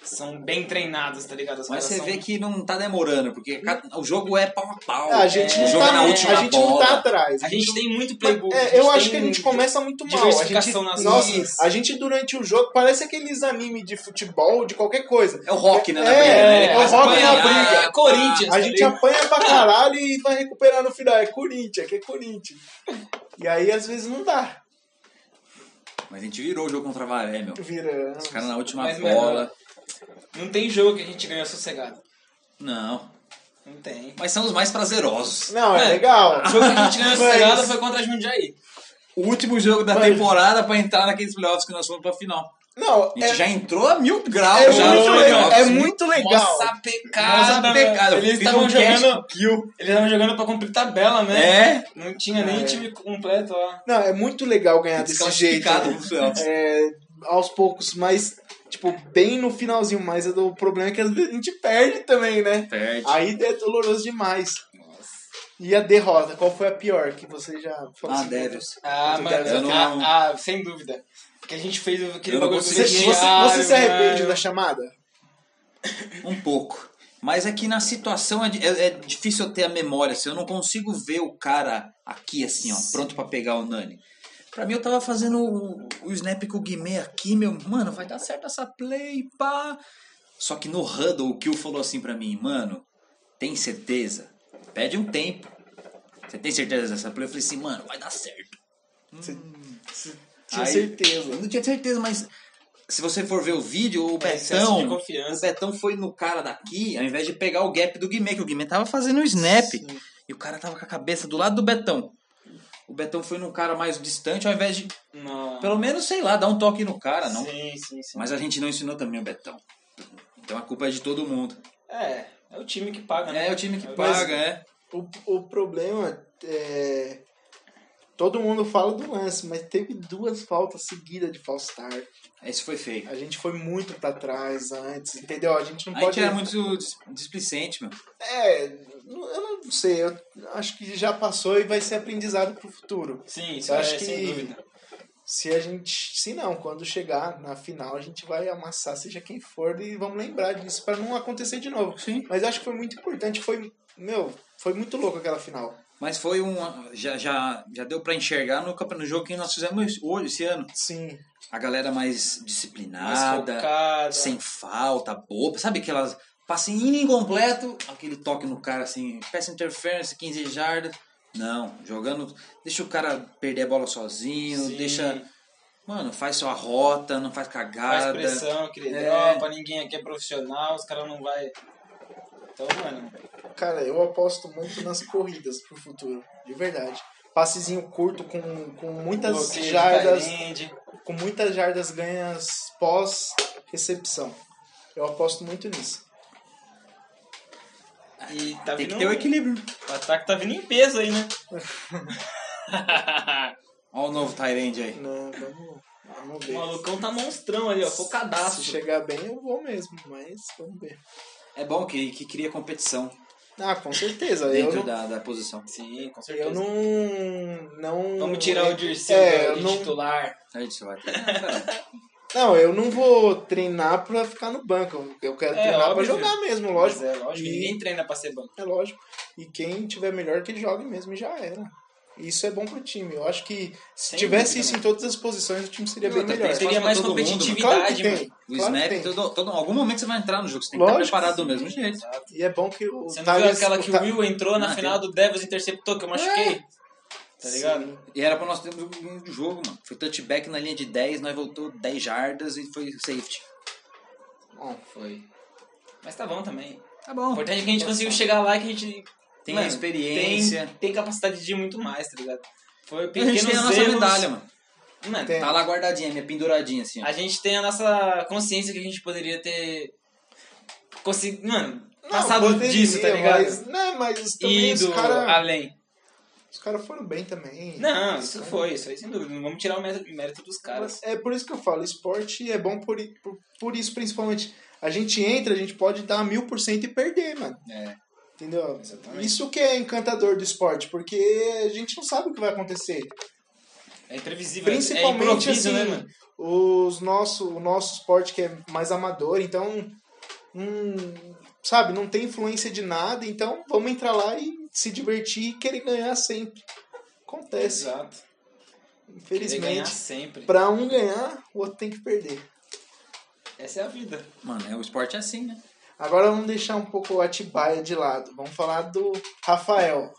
Speaker 2: são bem treinados, tá ligado? Os caras
Speaker 3: Mas você
Speaker 2: são...
Speaker 3: vê que não tá demorando, porque ca- o jogo é pau a pau.
Speaker 1: Ah, a gente,
Speaker 2: é,
Speaker 1: não,
Speaker 3: jogo
Speaker 1: tá,
Speaker 3: na última
Speaker 1: a gente não
Speaker 3: bola.
Speaker 1: tá atrás.
Speaker 2: A gente tem muito
Speaker 1: Mas,
Speaker 2: playbook.
Speaker 1: é,
Speaker 2: a gente
Speaker 1: eu acho que
Speaker 2: tem
Speaker 1: a gente começa muito mal. A gente,
Speaker 2: diversificação nas linhas.
Speaker 1: nossa, a gente durante o jogo parece aqueles animes de futebol, de qualquer coisa.
Speaker 3: É o rock, né? na
Speaker 1: É,
Speaker 3: briga, né?
Speaker 1: é
Speaker 3: Ele
Speaker 1: o
Speaker 3: começa a
Speaker 1: rock na
Speaker 3: apanhar,
Speaker 1: briga.
Speaker 3: pá.
Speaker 2: Corinthians.
Speaker 1: A
Speaker 2: tá
Speaker 1: gente
Speaker 2: ligado?
Speaker 1: apanha pra caralho e vai recuperar no final. É Corinthians, que é Corinthians. E aí às vezes não dá.
Speaker 3: Mas a gente virou o jogo contra a Varé, meu.
Speaker 1: Viramos.
Speaker 3: Os caras na última
Speaker 2: Mas, mano,
Speaker 3: bola.
Speaker 2: Não tem jogo que a gente ganha sossegado. é.
Speaker 3: Não.
Speaker 2: Não tem.
Speaker 3: Mas são os mais prazerosos.
Speaker 1: Não, é,
Speaker 2: É.
Speaker 1: legal.
Speaker 2: O jogo que a gente ganhou
Speaker 1: Mas-
Speaker 2: sossegado foi contra a Jundiaí.
Speaker 3: O último jogo da
Speaker 1: Mas-
Speaker 3: temporada pra entrar naqueles playoffs que nós fomos pra final.
Speaker 1: Não,
Speaker 3: A gente
Speaker 1: é,
Speaker 3: já entrou a mil graus
Speaker 1: é
Speaker 3: já
Speaker 2: nos
Speaker 1: muito
Speaker 3: nos
Speaker 1: legal.
Speaker 3: playoffs.
Speaker 1: É muito legal.
Speaker 3: Nossa pecada.
Speaker 2: Nossa,
Speaker 3: pecada.
Speaker 2: eles
Speaker 3: Fiz
Speaker 2: estavam
Speaker 3: um cast
Speaker 2: jogando-
Speaker 3: com Kill.
Speaker 2: Eles estavam jogando pra cumprir tabela, né?
Speaker 3: É.
Speaker 2: Não tinha
Speaker 1: É.
Speaker 2: nem time completo lá.
Speaker 1: Não, é muito legal ganhar desse jeito.
Speaker 3: Desclassificado
Speaker 1: né?
Speaker 3: pros playoffs.
Speaker 1: É, aos poucos, mas, tipo, bem no finalzinho. Mas o problema é que às vezes a gente perde também, né?
Speaker 3: Perde.
Speaker 1: Aí é doloroso demais. E a derrota, qual foi a pior que você já falou?
Speaker 3: Ah,
Speaker 1: assim,
Speaker 3: Devils.
Speaker 2: Ah,
Speaker 1: Contra o
Speaker 2: mano.
Speaker 1: Devils.
Speaker 2: ah, ah, sem dúvida. Porque a gente fez aquele
Speaker 3: Eu não
Speaker 2: bagulho
Speaker 1: Você,
Speaker 3: consegui.
Speaker 1: você,
Speaker 2: vestiário,
Speaker 1: você se arrepende né?
Speaker 2: mano.
Speaker 1: da chamada?
Speaker 3: Um pouco. Mas é que na situação é, di- é- é difícil eu ter a memória. Assim, eu não consigo ver o cara aqui, assim, ó, pronto pra pegar o Nani. Pra mim, eu tava fazendo o, o snap com o Guimê aqui, meu. Mano, vai dar certo essa play, pá. Só que no huddle, o Kill falou assim pra mim, mano, tem certeza? Pede um tempo. Você tem certeza dessa play? Eu falei assim, mano, vai dar certo. Hum.
Speaker 1: Tinha
Speaker 3: Aí-
Speaker 1: certeza.
Speaker 3: Eu não tinha certeza, mas se você for ver o vídeo, o
Speaker 2: É, excesso de
Speaker 3: Betão, o
Speaker 2: confiança.
Speaker 3: Betão foi no cara daqui, ao invés de pegar o gap do Guimê, que o Guimê tava fazendo o snap. E o cara tava com a cabeça do lado do Betão. O Betão foi num cara mais distante, ao invés de,
Speaker 2: Não.
Speaker 3: pelo menos, sei lá, dar um toque no
Speaker 1: Ah,
Speaker 3: cara, não.
Speaker 2: Sim, sim, sim.
Speaker 3: Mas a gente não ensinou também o Betão. Então a culpa é de todo mundo.
Speaker 2: É, é o time que paga, né?
Speaker 3: É, o time que
Speaker 2: Mas-
Speaker 3: paga, é.
Speaker 1: O, o problema é. Todo mundo fala do lance, mas teve duas faltas seguidas de false start.
Speaker 3: Esse foi feio.
Speaker 1: A gente foi muito pra trás antes, entendeu? A gente não
Speaker 3: A
Speaker 1: pode.
Speaker 3: gente era muito dis- displicente, meu.
Speaker 1: É, não- eu não sei, eu acho que já passou e vai ser aprendizado pro futuro.
Speaker 2: Sim, isso
Speaker 1: Eu
Speaker 2: é,
Speaker 1: acho que-
Speaker 2: sem dúvida.
Speaker 1: Se a gente. Se não, quando chegar na final, a gente vai amassar, seja quem for, e vamos lembrar disso pra não acontecer de novo.
Speaker 3: Sim.
Speaker 1: Mas eu acho que foi muito importante, foi. Meu, foi muito louco aquela final.
Speaker 3: Mas foi um. Já, já, já deu pra enxergar no, campe- no jogo que nós fizemos hoje, esse ano.
Speaker 1: Sim.
Speaker 3: A galera mais
Speaker 2: Mais
Speaker 3: disciplinada,
Speaker 2: focada.
Speaker 3: sem falta, boba. Sabe aquelas. Passe in incompleto, aquele toque no cara assim, pass interference, 15 jardas. Não, jogando. Deixa o cara perder a bola sozinho,
Speaker 2: Sim.
Speaker 3: deixa. Mano, faz sua rota, não faz cagada.
Speaker 2: Faz pressão, que ele
Speaker 3: É.
Speaker 2: dropa, ninguém aqui é profissional, os caras não vai. Então, mano,
Speaker 1: Cara, eu aposto muito nas corridas pro futuro, de verdade. Passezinho curto com, com muitas
Speaker 2: bloqueio de
Speaker 1: jardas,
Speaker 2: tight end,
Speaker 1: com muitas jardas ganhas pós recepção. Eu aposto muito nisso.
Speaker 2: E tá
Speaker 3: Tem
Speaker 2: vindo
Speaker 3: que ter o
Speaker 2: um-
Speaker 3: equilíbrio.
Speaker 2: O ataque tá vindo em peso aí, né?
Speaker 3: Olha o novo Tyrande aí.
Speaker 1: Não, Né, vamos, vamos
Speaker 2: o
Speaker 1: ver.
Speaker 2: malucão tá monstrão ali, ó, focadaço.
Speaker 1: Se chegar bem, eu vou mesmo, mas vamos ver.
Speaker 3: É bom que, que cria competição
Speaker 1: Ah, com certeza. eu
Speaker 3: dentro
Speaker 1: não,
Speaker 3: da, da posição.
Speaker 2: Sim, com certeza.
Speaker 1: eu não, não.
Speaker 2: Vamos tirar o Dirceu
Speaker 1: É, eu
Speaker 2: de
Speaker 1: não-
Speaker 2: titular.
Speaker 3: Aí É isso vai.
Speaker 1: Não, eu não vou treinar pra ficar no banco. Eu quero
Speaker 2: É,
Speaker 1: treinar pra
Speaker 2: óbvio.
Speaker 1: jogar mesmo, lógico.
Speaker 2: Mas é, lógico,
Speaker 1: E-
Speaker 2: ninguém treina pra ser banco.
Speaker 1: É lógico. E quem tiver melhor que jogue mesmo e já era. Isso é bom pro time. Eu acho que se
Speaker 2: Sem
Speaker 1: tivesse
Speaker 2: dúvida,
Speaker 1: isso em
Speaker 2: mano.
Speaker 1: todas as posições, o time seria bem
Speaker 3: Outra,
Speaker 1: melhor.
Speaker 3: tem-
Speaker 2: Teria
Speaker 3: pra
Speaker 2: mais
Speaker 3: todo mundo, mano.
Speaker 1: Claro que
Speaker 2: competitividade,
Speaker 1: tem.
Speaker 2: mano.
Speaker 3: O
Speaker 1: Claro que
Speaker 3: snap,
Speaker 1: tem.
Speaker 3: todo, todo, algum momento você vai entrar no jogo, você tem que
Speaker 1: Lógico.
Speaker 3: estar preparado do mesmo jeito.
Speaker 1: E é bom que o
Speaker 2: Você não viu
Speaker 1: Thales-
Speaker 2: aquela que o
Speaker 1: Tha- É.
Speaker 2: Will entrou na
Speaker 3: Ah,
Speaker 2: final do Devils e interceptou, que eu machuquei? Tá
Speaker 1: Sim.
Speaker 2: ligado?
Speaker 3: E era pra nós termos um jogo, mano. Foi touchback na linha de 10, nós voltou 10 jardas e foi safety.
Speaker 1: Bom,
Speaker 2: Foi. Mas tá bom também.
Speaker 3: Tá
Speaker 2: O
Speaker 3: bom.
Speaker 2: importante é que a gente conseguiu chegar lá e que a gente
Speaker 3: Tem
Speaker 2: Mano,
Speaker 3: experiência.
Speaker 2: Tem, tem capacidade de ir muito mais, tá ligado? Foi
Speaker 3: a gente
Speaker 2: pequenos
Speaker 3: tem a nossa
Speaker 2: erros.
Speaker 3: medalha, mano.
Speaker 2: Mano,
Speaker 1: Tem.
Speaker 3: Tá lá guardadinha, minha penduradinha, assim, ó.
Speaker 2: a gente tem a nossa consciência que a gente poderia ter. Consegui... Mano, passado
Speaker 1: poderia,
Speaker 2: disso, tá ligado?
Speaker 1: Mas, né, mas também
Speaker 2: Ido
Speaker 1: os caras
Speaker 2: além.
Speaker 1: cara foram bem também.
Speaker 2: Não,
Speaker 1: Os
Speaker 2: isso
Speaker 1: cara-
Speaker 2: foi, isso foi sem dúvida. Não vamos tirar o mérito mérito dos caras.
Speaker 1: É por isso que eu falo, esporte é bom por, i- por, por isso, principalmente. A gente entra, a gente pode dar mil por cento e perder, mano.
Speaker 3: É.
Speaker 1: Entendeu?
Speaker 3: Exatamente.
Speaker 1: Isso que é encantador do esporte, porque a gente não sabe o que vai acontecer.
Speaker 2: É imprevisível, é
Speaker 1: Principalmente
Speaker 2: improviso,
Speaker 1: assim,
Speaker 2: né, mano?
Speaker 1: os nosso, o nosso esporte que é mais amador, então, hum, sabe, não tem influência de nada, então vamos entrar lá e se divertir e querer ganhar sempre. Acontece,
Speaker 2: Exato. Querer ganhar
Speaker 1: infelizmente.
Speaker 2: sempre.
Speaker 1: Pra um ganhar, o outro tem que perder.
Speaker 2: Essa é a vida.
Speaker 3: Mano, é, o esporte é assim, né?
Speaker 1: Agora vamos deixar um pouco o Atibaia de lado. Vamos falar do Rafael.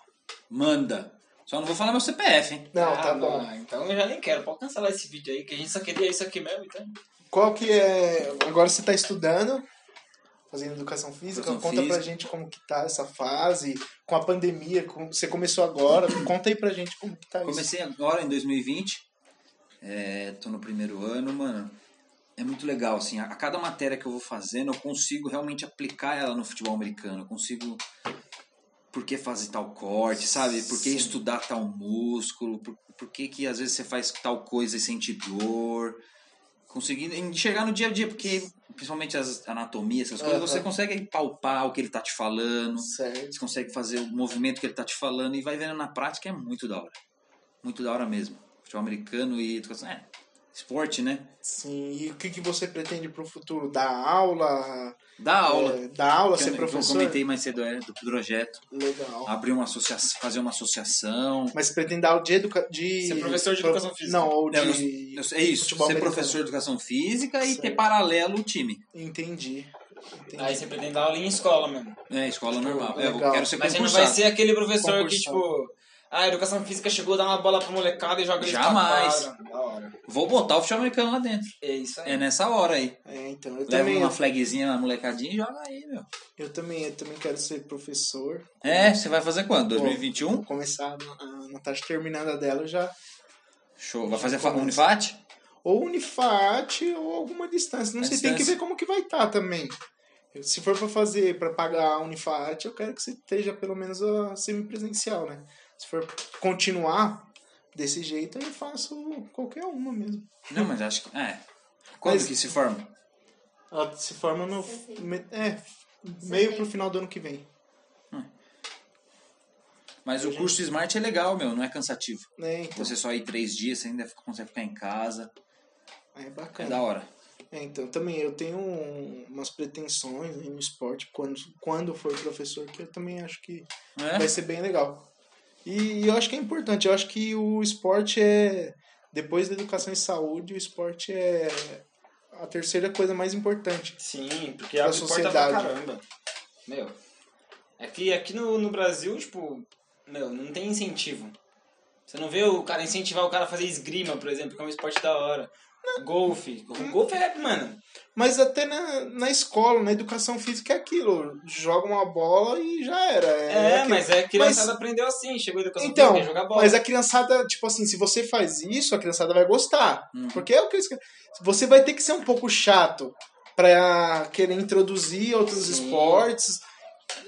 Speaker 3: Manda. Só não vou falar meu CPF, hein?
Speaker 1: Não,
Speaker 2: Ah,
Speaker 1: tá bom.
Speaker 2: Então eu já nem quero. Pode cancelar esse vídeo aí, que a gente só queria isso aqui mesmo, então.
Speaker 1: Qual que é. Agora você tá estudando, fazendo educação física,
Speaker 3: Educação
Speaker 1: conta pra
Speaker 3: física.
Speaker 1: gente como que tá essa fase, com a pandemia, com- você começou agora, conta aí pra gente como que tá isso.
Speaker 3: Comecei agora em 2020. É, tô no primeiro ano, mano. É muito legal, assim. A, a cada matéria que eu vou fazendo, eu consigo realmente aplicar ela no futebol americano. Eu consigo. Por que fazer tal corte, sabe? Por que
Speaker 2: Sim.
Speaker 3: estudar tal músculo? Por, por que, que às vezes você faz tal coisa e sente dor? Conseguindo enxergar no dia a dia, porque principalmente as anatomias, essas coisas,
Speaker 1: Aham.
Speaker 3: você consegue palpar o que ele tá te falando.
Speaker 1: Certo.
Speaker 3: Você consegue fazer o movimento que ele tá te falando e vai vendo na prática, é muito da hora. Muito da hora mesmo. Futebol americano e educação. É, esporte, né?
Speaker 1: Sim, e o que, que você pretende pro futuro? Dar aula?
Speaker 3: Dá aula.
Speaker 1: É, dar aula,
Speaker 3: Que
Speaker 1: ser
Speaker 3: eu,
Speaker 1: professor?
Speaker 3: que eu comentei mais cedo é, do projeto.
Speaker 1: Legal.
Speaker 3: Abrir uma associação, fazer uma associação.
Speaker 1: Mas você pretende dar aula de educa... de...
Speaker 2: Ser professor de
Speaker 1: pro-
Speaker 2: educação física.
Speaker 1: Não, ou
Speaker 3: Não,
Speaker 1: de...
Speaker 3: Eu- É isso,
Speaker 1: Futebol
Speaker 3: ser
Speaker 1: americano.
Speaker 3: professor de educação física e
Speaker 1: Certo.
Speaker 3: ter paralelo o time.
Speaker 1: Entendi. Entendi.
Speaker 2: Aí você pretende dar aula em escola mesmo.
Speaker 3: É, escola normal. É, eu
Speaker 1: legal.
Speaker 3: quero ser
Speaker 2: Mas você não
Speaker 3: concursado.
Speaker 2: vai ser aquele professor que,
Speaker 1: Concursado.
Speaker 2: tipo, ah, a educação física chegou, dá uma bola pra molecada e joga eles pra
Speaker 3: Jamais.
Speaker 2: quadra. Da hora.
Speaker 3: Vou botar o futebol americano lá dentro.
Speaker 2: É isso
Speaker 1: né?
Speaker 2: aí.
Speaker 3: É nessa hora aí.
Speaker 1: É, então, eu
Speaker 3: Leva
Speaker 1: também,
Speaker 3: uma flagzinha na molecadinha e joga aí, meu.
Speaker 1: eu, também, eu também quero ser professor.
Speaker 3: É, você vai fazer quando? 2021?
Speaker 1: Vou começar, a- a Natasha terminando a dela eu já.
Speaker 3: Show. Vai fazer fa-
Speaker 1: Começa.
Speaker 3: Unifat?
Speaker 1: Ou Unifat ou alguma distância. Não
Speaker 3: A
Speaker 1: sei, tem que
Speaker 3: distância.
Speaker 1: ver como que vai estar também. Eu- Se for pra fazer, pra pagar a Unifat, eu quero que você esteja pelo menos a semipresencial, né? Se for continuar desse jeito, eu faço qualquer uma mesmo.
Speaker 3: Não, mas acho que. É. Quando
Speaker 1: Mas-
Speaker 3: que se forma?
Speaker 1: Ela se forma no. me- É, meio pro final do ano que vem.
Speaker 3: Mas o curso Smart é legal, meu, não é cansativo.
Speaker 1: Né? Então,
Speaker 3: Você só ir três dias, você ainda fica- consegue ficar em casa.
Speaker 1: aí é
Speaker 3: É
Speaker 1: bacana.
Speaker 3: da hora.
Speaker 1: É, então também eu tenho um- umas pretensões aí no esporte quando, quando for professor, que eu também acho que vai
Speaker 3: É?
Speaker 1: ser bem legal. E, e eu acho que é importante, eu acho que o esporte é. Depois da educação e saúde, o esporte é a terceira coisa mais importante.
Speaker 2: Sim, porque
Speaker 1: Da
Speaker 2: abre porta pra
Speaker 1: sociedade.
Speaker 2: caramba. Meu, é que aqui no, no Brasil, tipo, meu, não tem incentivo. Você não vê o cara incentivar o cara a fazer esgrima, por exemplo, que é um esporte da hora. Golfe. O golfe é, mano.
Speaker 1: Mas até na, na escola, na educação física é aquilo. Joga uma bola e já era.
Speaker 2: É,
Speaker 1: aquilo.
Speaker 2: mas é a criançada aprendeu assim, chegou a educação
Speaker 1: Então,
Speaker 2: física, jogar bola.
Speaker 1: mas a criançada, tipo assim, se você faz isso, a criançada vai gostar.
Speaker 3: Uhum.
Speaker 1: Porque é o que eles querem. Você vai ter que ser um pouco chato pra querer introduzir outros
Speaker 2: Sim.
Speaker 1: esportes.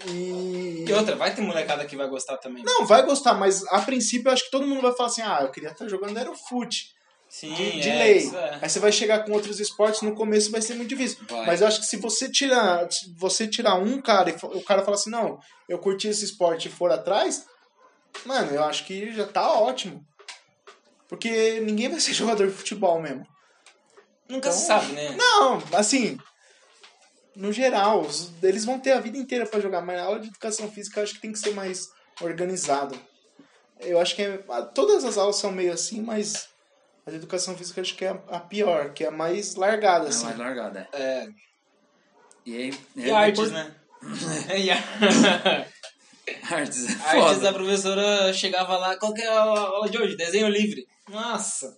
Speaker 1: E.
Speaker 2: E outra, vai ter molecada que vai gostar também.
Speaker 1: Não, vai gostar, mas a princípio eu acho que todo mundo vai falar assim: ah, eu queria estar jogando aerofute.
Speaker 2: Sim,
Speaker 1: de- de
Speaker 2: é,
Speaker 1: lei. Então,
Speaker 2: isso é.
Speaker 1: Aí você vai chegar com outros esportes, no começo vai ser muito difícil.
Speaker 3: Vai.
Speaker 1: Mas eu acho que se você tirar, se você tirar um cara e fo- o cara falar assim, não, eu curti esse esporte e for atrás, mano, eu acho que já tá ótimo. Porque ninguém vai ser jogador de futebol mesmo.
Speaker 2: Nunca se
Speaker 1: Então-
Speaker 2: sabe, né?
Speaker 1: Não, assim, no geral, os- eles vão ter a vida inteira pra jogar, mas a aula de educação física eu acho que tem que ser mais organizada. Eu acho que é- ah, todas as aulas são meio assim, mas a de educação física eu acho que é a a pior, que é a mais largada,
Speaker 3: É
Speaker 1: assim.
Speaker 3: mais largada, é.
Speaker 2: É,
Speaker 3: E aí.
Speaker 2: e
Speaker 3: é
Speaker 2: artes,
Speaker 3: import-
Speaker 2: né? e a...
Speaker 3: Artes. é
Speaker 2: A artes
Speaker 3: foda.
Speaker 2: da professora chegava lá, qual que é a aula de hoje? Desenho livre. Nossa.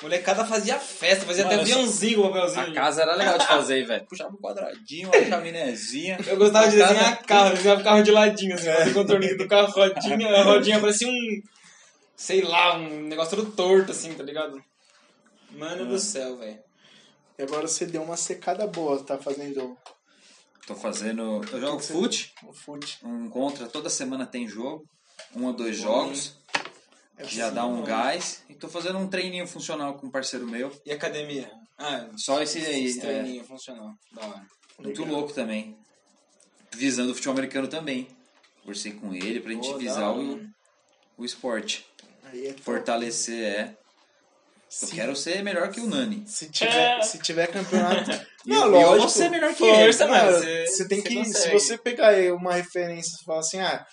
Speaker 2: Molecada fazia festa, fazia
Speaker 3: Mano,
Speaker 2: até aviãozinho com o
Speaker 3: A
Speaker 2: papelzinho.
Speaker 3: casa era legal de fazer, velho. Puxava um quadradinho, uma chaminézinha.
Speaker 2: Eu gostava de
Speaker 3: A casa-
Speaker 2: desenhar carro, desenhava carro de ladinho, assim,
Speaker 3: É.
Speaker 2: fazia contorninho do carro, rodinha, a rodinha parecia um, sei lá, um negócio todo torto, assim, tá ligado? Mano
Speaker 3: Ah.
Speaker 2: do céu, velho.
Speaker 1: E agora você deu uma secada boa, tá fazendo
Speaker 3: Tô fazendo. Eu jogo
Speaker 1: que você-
Speaker 3: foot,
Speaker 1: o foot.
Speaker 3: um contra, toda semana tem jogo. Um ou dois jogos.
Speaker 1: É
Speaker 3: que já
Speaker 1: assim,
Speaker 3: dá um
Speaker 1: mano.
Speaker 3: gás. E tô fazendo um treininho funcional com um parceiro meu.
Speaker 2: E academia? Ah,
Speaker 3: Só esse aí.
Speaker 2: esse
Speaker 3: É,
Speaker 2: treininho funcional. Da hora.
Speaker 3: muito
Speaker 1: Legal.
Speaker 3: louco também. Visando o futebol americano também. Conversei com ele pra gente
Speaker 2: Pô, da
Speaker 3: visar
Speaker 2: hora,
Speaker 3: o,
Speaker 2: mano.
Speaker 3: o esporte.
Speaker 1: Aí é top.
Speaker 3: Fortalecer é. Eu
Speaker 1: Se-
Speaker 3: quero ser melhor que o Nani.
Speaker 1: Se tiver, se tiver campeonato.
Speaker 3: E eu- e eu vou ser melhor que ele.
Speaker 2: Força, mano.
Speaker 1: Cara,
Speaker 2: Você-
Speaker 1: né, Você tem
Speaker 2: você
Speaker 1: que. Se
Speaker 2: consegue.
Speaker 1: você pegar aí uma referência e falar assim, ah,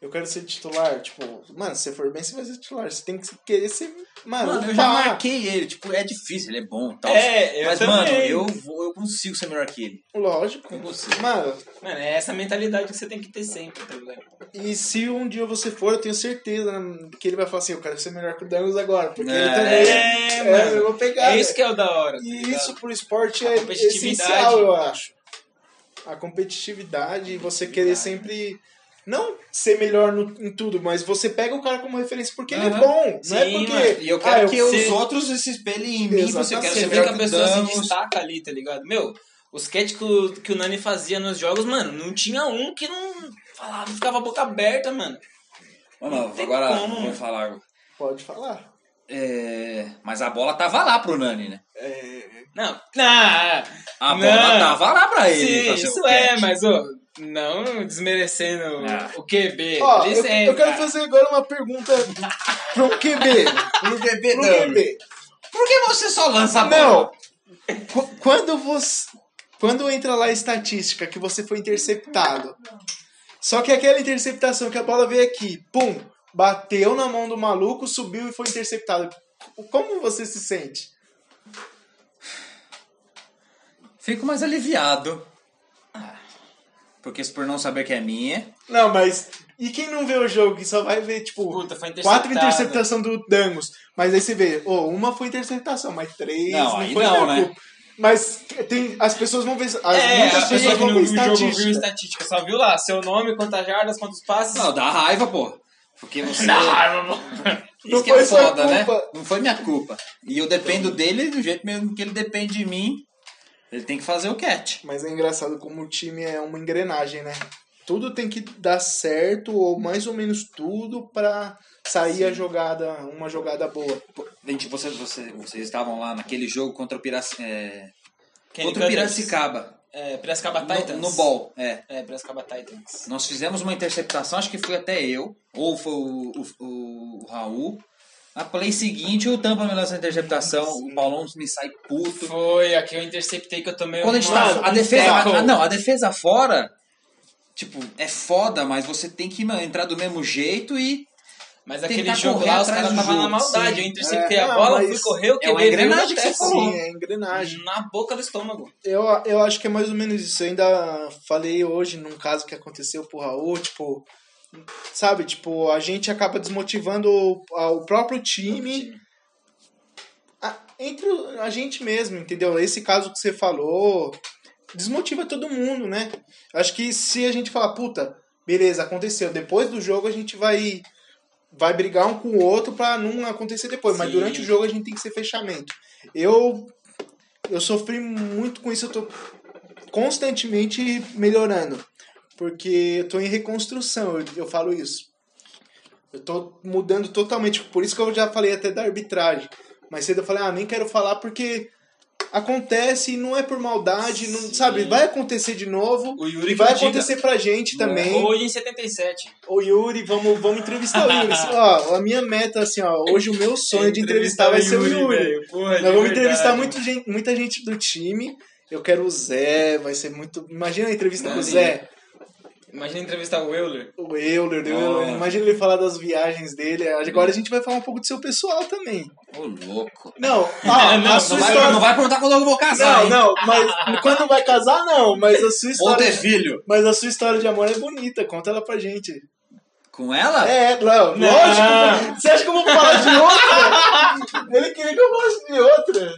Speaker 1: eu quero ser titular, tipo, mano, se você for bem, você vai ser titular. Você tem que querer ser. Mano, tá.
Speaker 3: Mano, eu já
Speaker 1: pá,
Speaker 3: marquei ele. Tipo, é difícil, ele é bom e tal.
Speaker 2: Ah, tá. É, eu
Speaker 3: Mas,
Speaker 2: também.
Speaker 3: mano, eu, vou, eu consigo ser melhor que ele.
Speaker 1: Lógico.
Speaker 3: Eu consigo.
Speaker 1: Mano,
Speaker 2: Mano, é essa mentalidade que você tem que ter sempre, tá ligado?
Speaker 1: e se um dia você for, eu tenho certeza né, que ele vai falar assim, eu quero ser melhor que o Danos agora, porque ele
Speaker 3: É,
Speaker 1: também.
Speaker 2: É,
Speaker 1: é, eu
Speaker 2: mano.
Speaker 1: vou pegar.
Speaker 2: É isso
Speaker 1: né?
Speaker 2: que é o da hora. tá
Speaker 1: E
Speaker 2: ligado?
Speaker 1: isso pro esporte
Speaker 2: A
Speaker 1: é
Speaker 2: competitividade.
Speaker 1: essencial, eu acho. A competitividade, e você querer sempre. Não ser melhor no- em tudo, mas você pega o cara como referência porque ele é
Speaker 3: Aham.
Speaker 1: bom. não é
Speaker 2: Sim,
Speaker 1: porque.
Speaker 2: mano.
Speaker 3: E eu quero
Speaker 1: ah,
Speaker 3: que
Speaker 2: eu-
Speaker 3: os outros se espelhem em mim. Você
Speaker 1: Exatamente.
Speaker 3: quer
Speaker 2: Você
Speaker 3: ser
Speaker 2: vê
Speaker 3: melhor
Speaker 2: que a pessoa
Speaker 3: Damos.
Speaker 2: se destaca ali, tá ligado? Meu, os sketch que o, que o Nani fazia nos jogos, mano, não tinha um que não falava, ficava a boca aberta, mano. Não
Speaker 3: Mano,
Speaker 2: tem
Speaker 3: agora
Speaker 2: como, mano.
Speaker 3: vamos falar.
Speaker 1: Pode falar.
Speaker 3: É, Mas a bola tava lá pro Nani, né?
Speaker 1: É,
Speaker 2: Não, não,
Speaker 3: A
Speaker 2: Não.
Speaker 3: bola tava lá pra ele.
Speaker 2: sim,
Speaker 3: pra ser o
Speaker 2: isso é,
Speaker 3: catch.
Speaker 2: mas, ô, não desmerecendo
Speaker 3: Ah.
Speaker 2: o QB.
Speaker 1: Ó, eu,
Speaker 2: licença.
Speaker 1: eu quero fazer agora uma pergunta pro QB.
Speaker 3: Pro bebê
Speaker 1: Pro QB.
Speaker 3: Por que você só lança a bola?
Speaker 1: Não. Tá Qu- Quando você. Quando entra lá a estatística que você foi interceptado. Só que aquela interceptação que a bola veio aqui, pum, bateu na mão do maluco, subiu e foi interceptado. C- Como você se sente?
Speaker 3: Fico mais aliviado. Porque se por não saber que é minha.
Speaker 1: Não, mas. E quem não vê o jogo e só vai ver, tipo,
Speaker 2: Puta, foi
Speaker 1: quatro
Speaker 2: interceptado.
Speaker 1: interceptações do Dangos. Mas aí você vê, ô, uma foi interceptação, mas três
Speaker 3: Não,
Speaker 1: não,
Speaker 3: aí
Speaker 1: foi
Speaker 3: não,
Speaker 1: não,
Speaker 3: né?
Speaker 1: Mas tem, as pessoas vão ver. As,
Speaker 2: É,
Speaker 1: muitas
Speaker 2: a pessoa
Speaker 1: pessoas
Speaker 2: que
Speaker 1: vão
Speaker 2: não
Speaker 1: ver
Speaker 2: viu o jogo viu
Speaker 1: estatística.
Speaker 2: estatística, só viu lá seu nome, quantas jardas, quantos passes.
Speaker 3: Não, dá raiva, pô. Porque você. Isso
Speaker 1: Não
Speaker 3: que é
Speaker 1: foi sua
Speaker 3: foda, né?
Speaker 1: culpa.
Speaker 3: Não foi minha culpa. E eu dependo dele do jeito mesmo que ele depende de mim. Ele tem que fazer o catch.
Speaker 1: Mas é engraçado como o time é uma engrenagem, né? Tudo tem que dar certo, ou mais ou menos tudo, pra sair a jogada, uma jogada boa.
Speaker 3: Pô, Gente, vocês, vocês, vocês estavam lá naquele jogo contra o, Piraci, é,
Speaker 2: Kenny
Speaker 3: contra o
Speaker 2: Cutters.
Speaker 3: Piracicaba.
Speaker 2: É, Piracicaba
Speaker 3: No,
Speaker 2: Titans.
Speaker 3: no ball, é.
Speaker 2: É, Piracicaba Titans.
Speaker 3: Nós fizemos uma interceptação, acho que foi até eu, ou foi o, o, o Raul. A play seguinte, o Tampa me lança a interceptação, o Paulão me sai puto.
Speaker 2: Foi a que eu interceptei que eu tomei
Speaker 3: Quando a gente
Speaker 2: uma- um
Speaker 3: tá. A defesa.
Speaker 2: tackle.
Speaker 3: a- a- não, a defesa fora, tipo, é foda, mas você tem que mano, entrar do mesmo jeito e.
Speaker 2: Mas
Speaker 3: Tentar
Speaker 2: aquele jogo
Speaker 3: correr
Speaker 2: lá, os
Speaker 3: atrás
Speaker 2: caras
Speaker 3: do
Speaker 2: estavam na
Speaker 3: jogo,
Speaker 2: maldade.
Speaker 3: sim.
Speaker 2: Eu interceptei
Speaker 1: É,
Speaker 2: a
Speaker 1: não,
Speaker 2: bola,
Speaker 1: mas
Speaker 2: fui correr, eu
Speaker 3: é uma
Speaker 2: quebrei veio
Speaker 3: engrenagem
Speaker 2: na
Speaker 3: que você
Speaker 2: testa.
Speaker 3: falou.
Speaker 1: Sim, é engrenagem.
Speaker 2: Na boca do estômago.
Speaker 1: Eu, eu acho que é mais ou menos isso. Eu ainda falei hoje num caso que aconteceu pro Raul, tipo. Sabe, tipo, a gente acaba desmotivando o, a- o próprio time a- entre o- a gente mesmo, entendeu? Esse caso que você falou desmotiva todo mundo, né? Acho que se a gente falar, puta, beleza, aconteceu. Depois do jogo a gente vai vai brigar um com o outro pra não acontecer depois, mas
Speaker 2: Sim.
Speaker 1: durante o jogo a gente tem que ser fechamento. Eu eu sofri muito com isso, eu tô constantemente melhorando. Porque eu tô em reconstrução, eu, eu falo isso. Eu tô mudando totalmente. Por isso que eu já falei até da arbitragem. Mas cedo eu falei, ah, nem quero falar porque acontece e não é por maldade, não,
Speaker 2: Sim.
Speaker 1: sabe? Vai acontecer de novo.
Speaker 2: O Yuri
Speaker 1: E
Speaker 2: que
Speaker 1: vai
Speaker 2: eu diga.
Speaker 1: acontecer pra gente também.
Speaker 2: Hoje em 77.
Speaker 1: Ô Yuri, vamos, vamos entrevistar o Yuri. Assim, ó, a minha meta, assim, ó, hoje o meu sonho de entrevistar vai ser o Yuri.
Speaker 2: velho. Porra, de
Speaker 1: Nós vamos
Speaker 2: verdade.
Speaker 1: entrevistar muito gen- muita gente do time. Eu quero o Zé, vai ser muito. Imagina a entrevista com o
Speaker 2: Maravilha.
Speaker 1: Zé,
Speaker 2: Imagina entrevistar o Euler.
Speaker 1: o Euler, o
Speaker 3: Nossa.
Speaker 1: Euler. Imagina ele falar das viagens dele. Agora a gente vai falar um pouco do seu pessoal também.
Speaker 3: Ô, louco.
Speaker 1: Não, ó,
Speaker 2: Não,
Speaker 1: a
Speaker 2: não
Speaker 1: sua
Speaker 3: Não vai,
Speaker 1: história.
Speaker 3: não vai perguntar quando eu vou casar.
Speaker 1: Não,
Speaker 3: hein?
Speaker 1: não, mas quando vai casar, não. Mas a sua
Speaker 3: Ou ter
Speaker 1: história. é
Speaker 3: filho.
Speaker 1: Mas a sua história de amor é bonita, conta ela pra gente.
Speaker 3: Com ela?
Speaker 1: É, não,
Speaker 2: Não.
Speaker 1: lógico. Você acha que eu vou falar de outra? Ele queria que eu falasse de outra.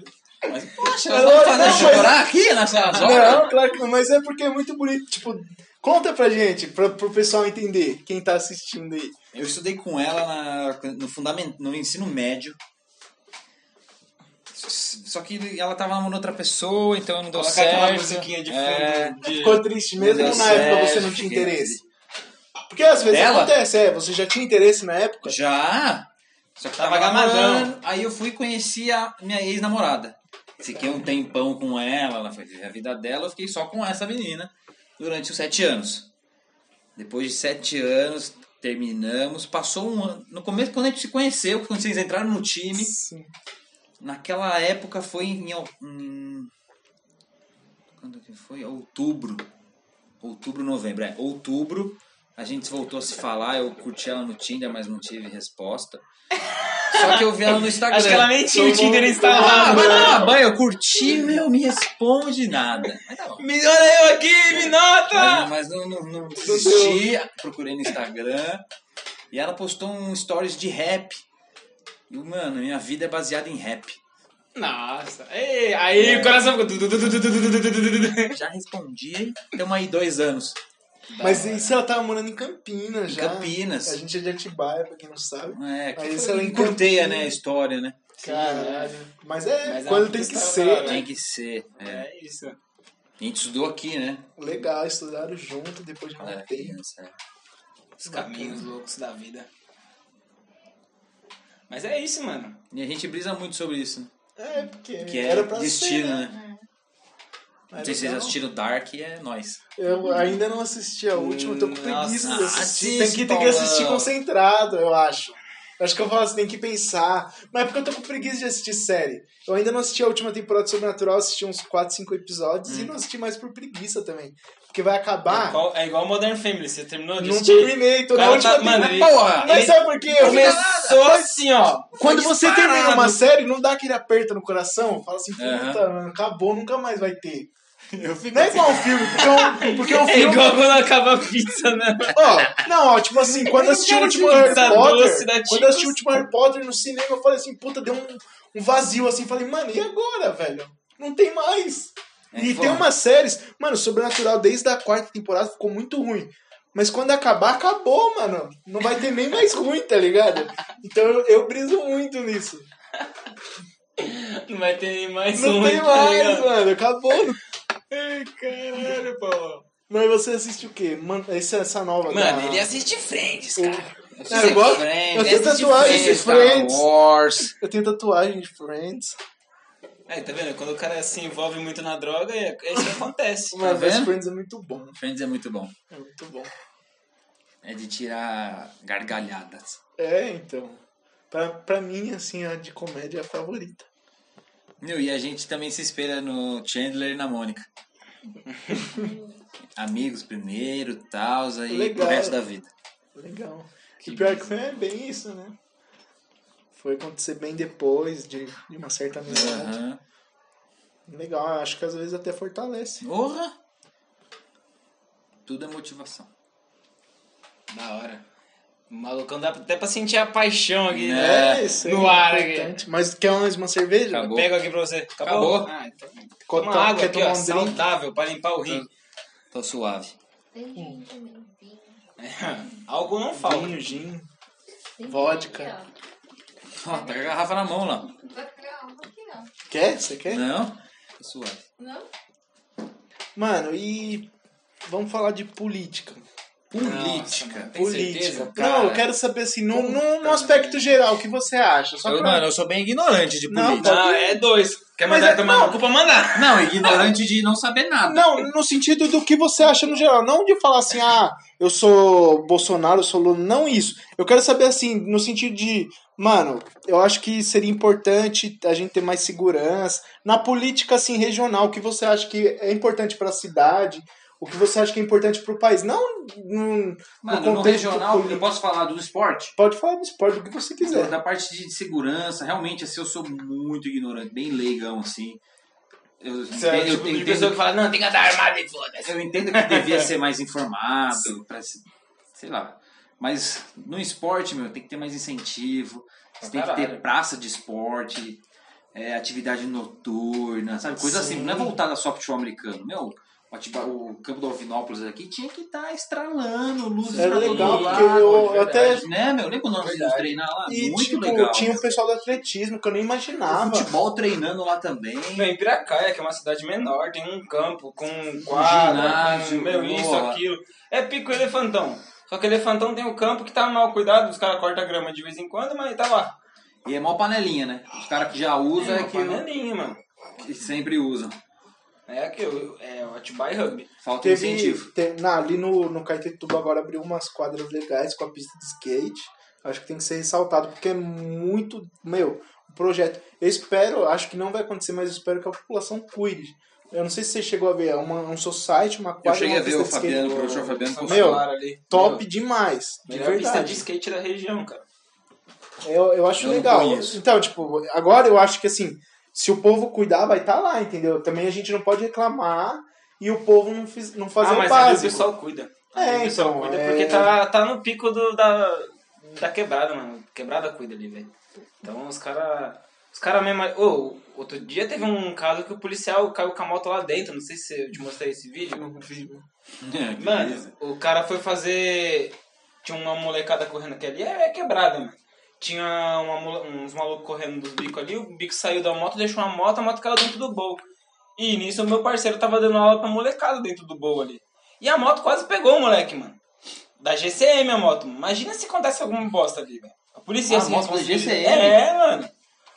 Speaker 3: Mas, poxa,
Speaker 1: Não,
Speaker 3: eu vou fazer
Speaker 1: não,
Speaker 3: chorar aqui nessas horas.
Speaker 1: é Não, claro que não, mas é porque é muito bonito. Tipo, conta pra gente, pra, pro pessoal entender, quem tá assistindo aí.
Speaker 3: Eu estudei com ela na- no, fundamento, no ensino médio. Só que ela tava namorando outra pessoa, então não deu
Speaker 2: Colocar
Speaker 3: certo.
Speaker 2: aquela musiquinha de fundo.
Speaker 3: É.
Speaker 2: de-
Speaker 1: Ficou triste mesmo
Speaker 3: Deu
Speaker 1: na época você não
Speaker 3: certo,
Speaker 1: tinha
Speaker 3: fiquei-
Speaker 1: interesse. Porque às vezes
Speaker 3: Dela?
Speaker 1: acontece, é, você já tinha interesse na época.
Speaker 3: Já! Só que
Speaker 2: Tava
Speaker 3: tava
Speaker 2: amarrão.
Speaker 3: namorando. Aí eu fui e conheci a minha ex-namorada. Fiquei um tempão com ela, ela foi viver a vida dela, eu fiquei só com essa menina durante os sete anos. Depois de sete anos, terminamos, passou um ano. No começo, quando a gente se conheceu, quando vocês entraram no time,
Speaker 1: Sim.
Speaker 3: naquela época foi em. ou- em- quando que foi? Outubro. Outubro, novembro. É, outubro. A gente voltou a se falar. Eu curti ela no Tinder, mas não tive resposta. Só que eu vi ela no Instagram.
Speaker 2: Acho que ela nem tinha né? o
Speaker 1: Tomou
Speaker 2: Tinder
Speaker 1: um
Speaker 3: Ah,
Speaker 2: instalado.
Speaker 3: vai tomar banho, eu curti, meu, me responde nada. Mas tá bom.
Speaker 2: Me olha eu aqui, me
Speaker 3: Mas,
Speaker 2: nota!
Speaker 3: mas não, não, não desisti, procurei no Instagram. E ela postou um stories de rap. E, mano, minha vida é baseada em rap.
Speaker 2: Nossa, ei, aí o coração ficou. du- du- du- du- du- du- du- du- du- du- du- du-
Speaker 3: Já respondi, hein? Estamos aí dois anos.
Speaker 1: Mas
Speaker 3: Da hora.
Speaker 1: e se ela tava morando em Campinas
Speaker 3: Em
Speaker 1: já? A
Speaker 3: Campinas.
Speaker 1: gente é de Atibaia, pra quem não sabe.
Speaker 3: É,
Speaker 1: Aí
Speaker 3: que
Speaker 1: você
Speaker 3: foi-
Speaker 1: lá em
Speaker 3: encurteia,
Speaker 1: Campinas.
Speaker 3: né, a história, né?
Speaker 1: Caralho. Mas é,
Speaker 2: Mas é
Speaker 1: quando
Speaker 2: uma
Speaker 1: tem que
Speaker 2: história
Speaker 1: ser,
Speaker 2: maravilhosa.
Speaker 1: né?
Speaker 3: Tem que ser. é.
Speaker 2: É isso.
Speaker 3: A gente estudou aqui, né?
Speaker 1: Legal, estudaram junto depois de
Speaker 3: Quando
Speaker 1: muito
Speaker 3: era
Speaker 1: tempo.
Speaker 3: criança, é.
Speaker 2: Os caminhos loucos da vida. Mas é isso, mano.
Speaker 3: E a gente brisa muito sobre isso, né?
Speaker 1: É, porque
Speaker 3: Que é
Speaker 1: era pra
Speaker 3: destino,
Speaker 1: ser, né?
Speaker 3: né? Não sei se vocês
Speaker 1: Era
Speaker 3: assistiram Dark, é nós.
Speaker 1: Eu ainda não assisti a última, eu tô com
Speaker 2: Nossa,
Speaker 1: preguiça de assistir.
Speaker 3: Hum, assiste,
Speaker 1: tem, que, tem que assistir
Speaker 3: Paulão.
Speaker 1: concentrado, eu acho. Eu Acho que eu falo assim, tem que pensar. Mas é porque eu tô com preguiça de assistir série. Eu ainda não assisti a última temporada de Sobrenatural, assisti uns 4, 5 episódios
Speaker 3: Hum.
Speaker 1: e não assisti mais por preguiça também. Porque vai
Speaker 2: É
Speaker 1: acabar.
Speaker 2: igual- é igual Modern Family, você terminou de
Speaker 1: Não
Speaker 2: assistir.
Speaker 1: terminei, tô na
Speaker 2: Cara,
Speaker 1: última
Speaker 2: tá- mano,
Speaker 1: temporada.
Speaker 2: ele-
Speaker 3: Porra!
Speaker 1: Mas
Speaker 2: ele-
Speaker 1: sabe por quê? Eu fico-
Speaker 2: Começou assim, ó.
Speaker 1: Quando
Speaker 3: Foi
Speaker 1: você
Speaker 3: disparado.
Speaker 1: termina uma série, não dá aquele aperto no coração? Fala assim, puta,
Speaker 3: Aham.
Speaker 1: mano, acabou, nunca mais vai ter.
Speaker 3: Eu fico
Speaker 1: Não é igual um filme, porque um, porque um
Speaker 2: É
Speaker 1: filme
Speaker 2: igual quando acaba a pizza, né?
Speaker 1: Ó, não, ó, tipo assim, quando eu assisti o
Speaker 2: Cara,
Speaker 1: último
Speaker 2: esse
Speaker 1: Harry
Speaker 2: pizza doce
Speaker 1: Potter,
Speaker 2: da
Speaker 1: quando
Speaker 2: Ticos.
Speaker 1: eu assisti o último Harry Potter no cinema, eu falei assim, puta, deu um, um vazio assim, falei, mano, e agora, velho? Não tem mais.
Speaker 3: É,
Speaker 1: e
Speaker 3: pô.
Speaker 1: tem umas séries, mano, Sobrenatural desde a quarta temporada ficou muito ruim. Mas quando acabar, acabou, mano. Não vai ter nem mais ruim, tá ligado? Então eu, eu briso muito nisso.
Speaker 2: Não vai ter nem mais
Speaker 1: Não
Speaker 2: um.
Speaker 1: tem
Speaker 2: tá
Speaker 1: mais,
Speaker 2: ligado?
Speaker 1: mano. Acabou.
Speaker 2: Ai, caralho, Paulo.
Speaker 1: Mas você assiste o quê? Mano, essa, essa nova da-
Speaker 2: Mano, ele é- assiste Friends, cara.
Speaker 3: Eu
Speaker 1: Não,
Speaker 3: sei
Speaker 1: É, eu gosto-
Speaker 3: Friends,
Speaker 1: eu tenho
Speaker 3: assisti
Speaker 1: tatuagem de Friends.
Speaker 3: Star Wars.
Speaker 1: Eu tenho tatuagem de Friends.
Speaker 2: Aí, tá vendo? Quando o cara se envolve muito na droga, é é isso que acontece.
Speaker 1: Mano, mas
Speaker 3: vendo?
Speaker 1: Friends é muito bom.
Speaker 3: Friends é muito bom.
Speaker 1: É muito bom.
Speaker 3: É de tirar gargalhadas.
Speaker 1: É, então. Pra, pra mim, assim, a de comédia é a favorita.
Speaker 3: Meu, e a gente também se espelha no Chandler e na Mônica. Amigos primeiro, tal, aí
Speaker 1: Legal.
Speaker 3: pro resto da vida.
Speaker 1: Legal. Que
Speaker 3: Que
Speaker 1: pior que foi é bem isso, né? Foi acontecer bem depois de, de uma certa amizade.
Speaker 3: Aham.
Speaker 1: Legal, eu acho que às vezes até fortalece.
Speaker 3: Porra! Tudo é motivação.
Speaker 2: Da hora. O malucão dá até pra sentir a paixão aqui, né?
Speaker 3: É,
Speaker 1: isso
Speaker 2: no ar,
Speaker 1: importante. Mas quer mais uma cerveja?
Speaker 3: Acabou.
Speaker 2: Pego aqui pra você. Acabou?
Speaker 3: Acabou.
Speaker 2: Ah, então.
Speaker 1: Cotão,
Speaker 2: Uma água
Speaker 1: quer
Speaker 2: aqui,
Speaker 1: tomar
Speaker 2: ó,
Speaker 1: um drink?
Speaker 2: saudável pra limpar o rim.
Speaker 3: Tô suave.
Speaker 4: Tem gin também, vinho.
Speaker 2: Algo não falta.
Speaker 1: Vinho, gin.
Speaker 4: Tem
Speaker 1: Vodka.
Speaker 4: vinho aqui,
Speaker 3: Ó, tá com a garrafa na mão lá.
Speaker 4: ó. Vai pegar um aqui, ó.
Speaker 1: Quer? Você quer?
Speaker 3: Não? Tô suave.
Speaker 4: Não?
Speaker 1: Mano, e vamos falar de política.
Speaker 2: Nossa,
Speaker 3: Política.
Speaker 2: mano, tem
Speaker 1: política.
Speaker 2: certeza?
Speaker 1: Não, eu
Speaker 3: Cara.
Speaker 1: quero saber assim, num, num aspecto geral, o que você acha? Só
Speaker 3: Eu,
Speaker 1: pra-
Speaker 3: mano, eu sou bem ignorante de
Speaker 1: Não,
Speaker 3: política.
Speaker 2: Não, é dois. Quer
Speaker 1: Mas
Speaker 2: mandar
Speaker 1: é-
Speaker 2: tomar
Speaker 1: não.
Speaker 2: no cu pra mandar.
Speaker 3: Não, ignorante de não saber nada.
Speaker 1: Não, no sentido do que você acha no geral. Não de falar assim, ah, eu sou Bolsonaro, eu sou Lula. Não isso. Eu quero saber assim, no sentido de, mano, eu acho que seria importante a gente ter mais segurança. Na política, assim, regional, o que você acha que é importante pra cidade? O que você acha que é importante pro país? Não. não
Speaker 3: Mano, no
Speaker 1: contexto
Speaker 3: regional,
Speaker 1: político.
Speaker 3: eu posso falar do esporte?
Speaker 1: pode falar do esporte, o que é? você quiser.
Speaker 3: Da parte de segurança, realmente, assim, eu sou muito ignorante, bem leigão, assim. Eu,
Speaker 2: Você é o
Speaker 3: entendo, eu
Speaker 2: tipo de
Speaker 3: entendo-
Speaker 2: pessoa que fala, não, tem que andar armado e foda-se.
Speaker 3: eu entendo que devia ser mais informado, pra, se- sei lá. Mas no esporte, meu, tem que ter mais incentivo,
Speaker 2: Pra
Speaker 3: você tem que
Speaker 2: caralho.
Speaker 3: ter praça de esporte, é, atividade noturna, sabe? Coisa
Speaker 1: Sim.
Speaker 3: assim, não é voltada só pro futebol americano, meu. o, Atiba- o campo do Alvinópolis aqui tinha que estar estralando, luzes
Speaker 1: Era
Speaker 3: pra Tá
Speaker 1: É
Speaker 3: todo
Speaker 1: legal,
Speaker 3: lado.
Speaker 1: porque eu, eu até.
Speaker 3: Verdade, Né, meu? Lembra quando nós fomos
Speaker 5: Verdade.
Speaker 3: treinar lá?
Speaker 1: E,
Speaker 3: Muito
Speaker 1: tipo,
Speaker 3: legal. Tipo,
Speaker 1: tinha o pessoal do atletismo que eu nem
Speaker 3: O
Speaker 1: imaginava.
Speaker 3: futebol treinando lá também.
Speaker 2: Meu, em Piracaia, que é uma cidade menor, tem um campo com quadra,
Speaker 3: ginásio,
Speaker 2: com, meu, isso,
Speaker 3: boa.
Speaker 2: aquilo. É pico elefantão. Só que elefantão tem o campo que tá mal cuidado, os caras cortam a grama de vez em quando, mas tá lá.
Speaker 3: E é mó panelinha, né? Os caras que já usam
Speaker 2: é
Speaker 3: é,
Speaker 2: uma
Speaker 3: que,
Speaker 2: panelinha, mano.
Speaker 3: que sempre usam.
Speaker 2: É aquilo, é o Atibaia Hub.
Speaker 3: Falta um incentivo.
Speaker 1: Teve, te- na, ali no, no Caetetuba agora abriu umas quadras legais com a pista de skate. Acho que tem que ser ressaltado, porque é muito. Meu, o projeto. Eu espero, acho que não vai acontecer, mas eu espero que a população cuide. Eu não sei se você chegou a ver, é uma, um society, uma quadra.
Speaker 3: Eu cheguei
Speaker 1: uma
Speaker 3: a ver
Speaker 1: pista
Speaker 3: o
Speaker 1: de skate
Speaker 3: Fabiano, o professor Fabiano,
Speaker 2: São
Speaker 3: com
Speaker 1: Meu,
Speaker 2: Solar ali.
Speaker 1: Top
Speaker 2: Meu,
Speaker 1: demais, de
Speaker 2: melhor pista de
Speaker 1: verdade.
Speaker 2: skate da região, cara.
Speaker 1: Eu, eu acho
Speaker 3: Eu não
Speaker 1: legal.
Speaker 3: conheço.
Speaker 1: Então, tipo, agora eu acho que assim, se o povo cuidar, vai estar lá, entendeu? Também a gente não pode reclamar e o povo não, fiz, não fazer
Speaker 2: ah,
Speaker 1: o
Speaker 2: mas ali o
Speaker 1: básico.
Speaker 2: pessoal cuida.
Speaker 1: É,
Speaker 2: Ali o pessoal
Speaker 1: então,
Speaker 2: cuida
Speaker 1: é-
Speaker 2: porque tá, tá no pico do, da, da quebrada, mano. Quebrada cuida ali, velho. Então os caras. Os caras mesmo. Ô, outro dia teve um caso que o policial caiu com a moto lá dentro. Não sei se eu te mostrei esse vídeo.
Speaker 3: É, que beleza.
Speaker 2: Mano, o cara foi fazer. Tinha uma molecada correndo que ali é quebrada, mano. Tinha uma mole- uns malucos correndo dos bicos ali, o bico saiu da moto, deixou uma moto, a moto caiu dentro do bowl. E nisso o meu parceiro tava dando aula pra molecada dentro do bowl ali. E a moto quase pegou o moleque, mano. Da GCM a moto. Imagina se acontece alguma bosta ali, velho. A polícia
Speaker 3: Ah,
Speaker 2: assim,
Speaker 3: moto da GCM?
Speaker 2: É, mano.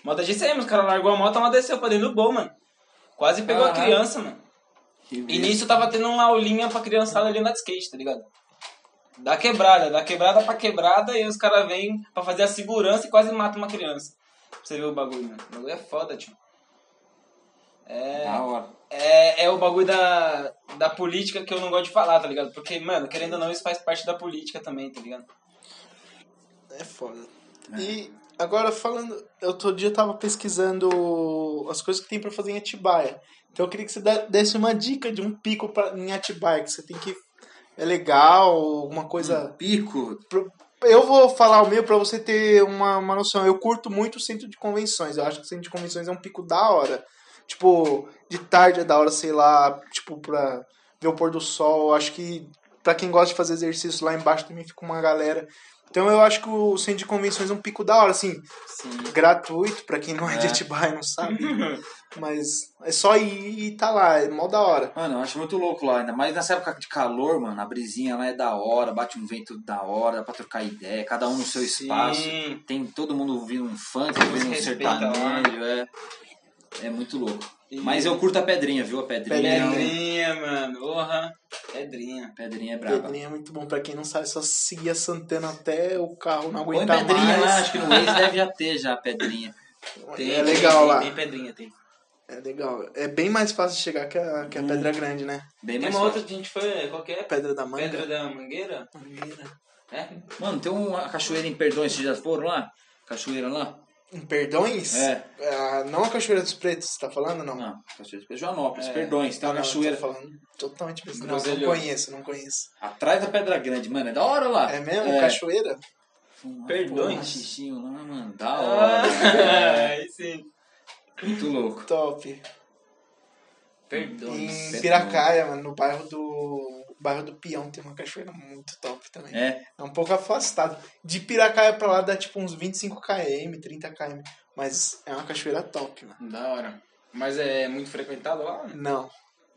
Speaker 2: Moto da GCM, os caras largou a moto, a moto desceu pra dentro do bowl, mano. Quase pegou a
Speaker 3: Caralho.
Speaker 2: criança, mano. E nisso tava tendo uma aulinha pra criançada ali andar de skate, tá ligado? Da quebrada, da quebrada pra quebrada, e os caras vêm pra fazer a segurança e quase matam uma criança. Pra você ver o bagulho, mano. O bagulho é foda, tio.
Speaker 3: Da hora.
Speaker 2: É, é o bagulho da, da política que eu não gosto de falar, tá ligado? Porque, mano, querendo ou não, isso faz parte da política também, tá ligado?
Speaker 1: É foda. E agora falando, outro dia eu tava pesquisando as coisas que tem pra fazer em Atibaia. Então eu queria que você da- desse uma dica de um pico pra, em Atibaia, que você tem que. É legal, alguma coisa.
Speaker 3: Um Pico.
Speaker 1: Eu vou falar o meu pra você ter uma, uma noção. Eu curto muito o centro de convenções. Eu acho que o centro de convenções é um pico da hora. Tipo, de tarde é da hora, sei lá, tipo, pra ver o pôr do sol. Eu acho que pra quem gosta de fazer exercício lá embaixo também fica uma galera. Então eu acho que o centro de convenções é um pico da hora, assim,
Speaker 2: Sim.
Speaker 1: gratuito, pra quem não é, de
Speaker 3: É.
Speaker 1: Atibaia não sabe. Mas é só ir e tá lá, é mó da hora.
Speaker 3: Mano, eu acho muito louco lá, ainda mais nessa época de calor, mano. A brisinha lá é da hora, bate um vento da hora, dá pra trocar ideia, cada um no seu espaço.
Speaker 2: Sim.
Speaker 3: Tem todo mundo ouvindo um funk,
Speaker 2: Todo mundo
Speaker 3: ouvindo um
Speaker 2: se respeita
Speaker 3: sertanejo, é. É muito louco.
Speaker 2: E-
Speaker 3: Mas eu curto a pedrinha, viu? A pedrinha. Pedrinha,
Speaker 2: Pedrinha, mano. Porra. Pedrinha.
Speaker 3: é braba.
Speaker 1: Pedrinha é muito bom, pra quem não sabe, só seguir a Santana até o carro não
Speaker 3: Põe
Speaker 1: aguentar
Speaker 3: pedrinha
Speaker 1: mais.
Speaker 3: lá, acho que no Waze deve já ter já a pedrinha.
Speaker 1: é legal
Speaker 2: tem,
Speaker 1: lá.
Speaker 2: Tem pedrinha, tem.
Speaker 1: É legal. É bem mais fácil de chegar que a, que a Pedra Grande, né?
Speaker 3: Bem
Speaker 2: Tem
Speaker 3: mais
Speaker 2: uma outra
Speaker 3: fácil.
Speaker 2: que a gente foi. Qual que é?
Speaker 1: Pedra da né? Manga.
Speaker 2: Pedra da Mangueira? É?
Speaker 3: Mano, tem uma cachoeira em Perdões, vocês já foram lá? Cachoeira lá?
Speaker 1: Em Perdões?
Speaker 3: É.
Speaker 1: Ah, não a Cachoeira dos Pretos, você tá falando? Não.
Speaker 3: Não, cachoeira de Pejoanópolis,
Speaker 2: É.
Speaker 3: Perdões, tem uma
Speaker 1: Não, eu tô
Speaker 3: cachoeira.
Speaker 1: falando totalmente pesquisa. Não, não
Speaker 2: Groselhão.
Speaker 1: conheço, não conheço.
Speaker 3: Atrás da Pedra Grande, mano, é da hora lá.
Speaker 1: É mesmo? Cachoeira?
Speaker 2: Perdões?
Speaker 3: Perdões? Xixinho lá, mano, da hora.
Speaker 2: Ah, aí sim.
Speaker 3: Muito louco.
Speaker 1: Top.
Speaker 2: Perdões.
Speaker 1: em Piracaia, mano, no bairro do. Bairro do Peão tem uma cachoeira muito top também.
Speaker 3: É,
Speaker 1: É um pouco afastado. De Piracaia pra lá dá tipo uns 25 km, 30 km. Mas é uma cachoeira top, mano.
Speaker 2: Da hora. Mas é muito frequentado lá? né?
Speaker 1: Não.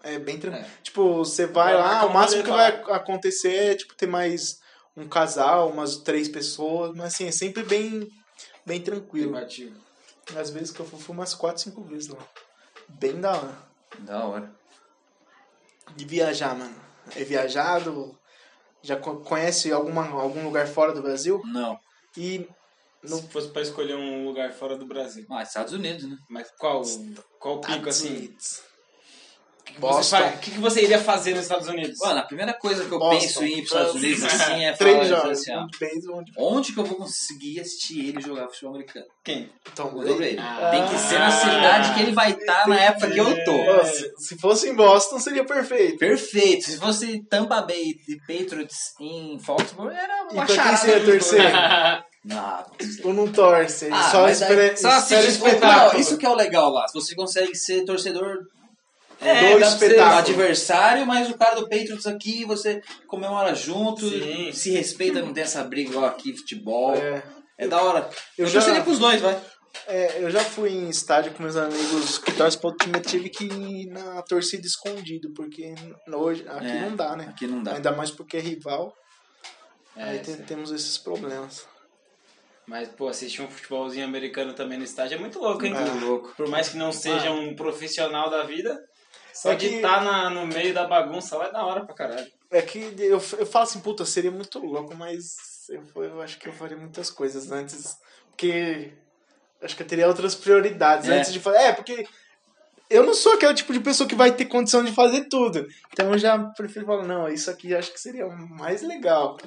Speaker 1: É bem tranquilo.
Speaker 2: É.
Speaker 1: Tipo, você vai
Speaker 2: Vai
Speaker 1: lá,
Speaker 2: marcar
Speaker 1: o
Speaker 2: um
Speaker 1: máximo que vai
Speaker 2: rolê
Speaker 1: acontecer é tipo, ter mais um casal, umas três pessoas, mas assim, é sempre bem, bem tranquilo.
Speaker 2: Privativo.
Speaker 1: Às vezes que eu fui, fui umas quatro, cinco vezes lá. Bem da hora.
Speaker 3: da hora.
Speaker 1: De viajar, mano. É viajado, já co- conhece alguma, algum lugar fora do Brasil?
Speaker 3: Não,
Speaker 1: E no
Speaker 2: Se fosse pra escolher um lugar fora do Brasil.
Speaker 3: ah, Estados Unidos, né?
Speaker 2: Mas qual, qual
Speaker 3: Tá
Speaker 2: pico,
Speaker 1: Estados
Speaker 2: assim?
Speaker 1: Unidos.
Speaker 2: O que, que você
Speaker 1: Boston.
Speaker 2: fa- que, que você iria fazer nos Estados Unidos?
Speaker 3: Mano, a primeira coisa que eu
Speaker 1: Boston.
Speaker 3: penso em ir pros Estados Unidos assim é falar
Speaker 1: Três
Speaker 3: dizer
Speaker 1: jogos.
Speaker 3: assim, ó,
Speaker 1: Um de beisebol, um de
Speaker 3: onde que eu vou conseguir assistir ele jogar futebol americano?
Speaker 2: Quem?
Speaker 1: Tom
Speaker 3: O Tom
Speaker 1: Brady.
Speaker 3: Brady.
Speaker 2: Ah.
Speaker 3: Tem que ser na cidade que ele vai estar na época que eu tô.
Speaker 1: Pô, se- se fosse em Boston, seria perfeito.
Speaker 3: Perfeito. Se fosse Tampa Bay e Patriots em Foxborough, era
Speaker 1: E pra
Speaker 3: uma
Speaker 1: quem
Speaker 3: charada.
Speaker 1: você ia
Speaker 3: dos dois.
Speaker 1: torcer?
Speaker 3: Não, não sei.
Speaker 1: Ou não torce, ele
Speaker 3: Ah,
Speaker 1: só
Speaker 3: mas aí-
Speaker 1: espera,
Speaker 3: só
Speaker 1: espera
Speaker 3: assiste-
Speaker 1: espetáculo.
Speaker 3: Não, isso que é o legal lá. Você consegue ser torcedor É,
Speaker 1: do
Speaker 3: dá pra ser
Speaker 1: espetáculo.
Speaker 3: adversário, mas o cara do Patriots aqui, você comemora junto,
Speaker 2: Sim.
Speaker 3: se respeita, não tem essa briga igual aqui, futebol. É,
Speaker 1: É,
Speaker 3: da hora.
Speaker 1: eu,
Speaker 3: Eu
Speaker 1: já,
Speaker 3: seria pros dois, vai.
Speaker 1: é, eu já fui em estádio com meus amigos que torcem pro outro time, eu tive que ir na torcida escondido, porque hoje, aqui
Speaker 3: É.
Speaker 1: não dá, né?
Speaker 3: Aqui não dá.
Speaker 1: Ainda mais porque é rival, aí
Speaker 3: É,
Speaker 1: tem- temos esses problemas.
Speaker 2: Mas, pô, assistir um futebolzinho americano também no estádio é muito louco, hein?
Speaker 1: É.
Speaker 3: muito louco.
Speaker 2: Por mais que não seja um profissional da vida, só
Speaker 1: É
Speaker 2: de
Speaker 1: que-
Speaker 2: estar na- no meio da bagunça lá é da hora pra caralho.
Speaker 1: É que eu, eu falo assim, puta, seria muito louco, mas eu, eu acho que eu faria muitas coisas antes. Porque acho que eu teria outras prioridades
Speaker 3: É.
Speaker 1: antes de fazer. É, porque eu não sou aquele tipo de pessoa que vai ter condição de fazer tudo. Então eu já prefiro falar, não, isso aqui eu acho que seria o mais legal.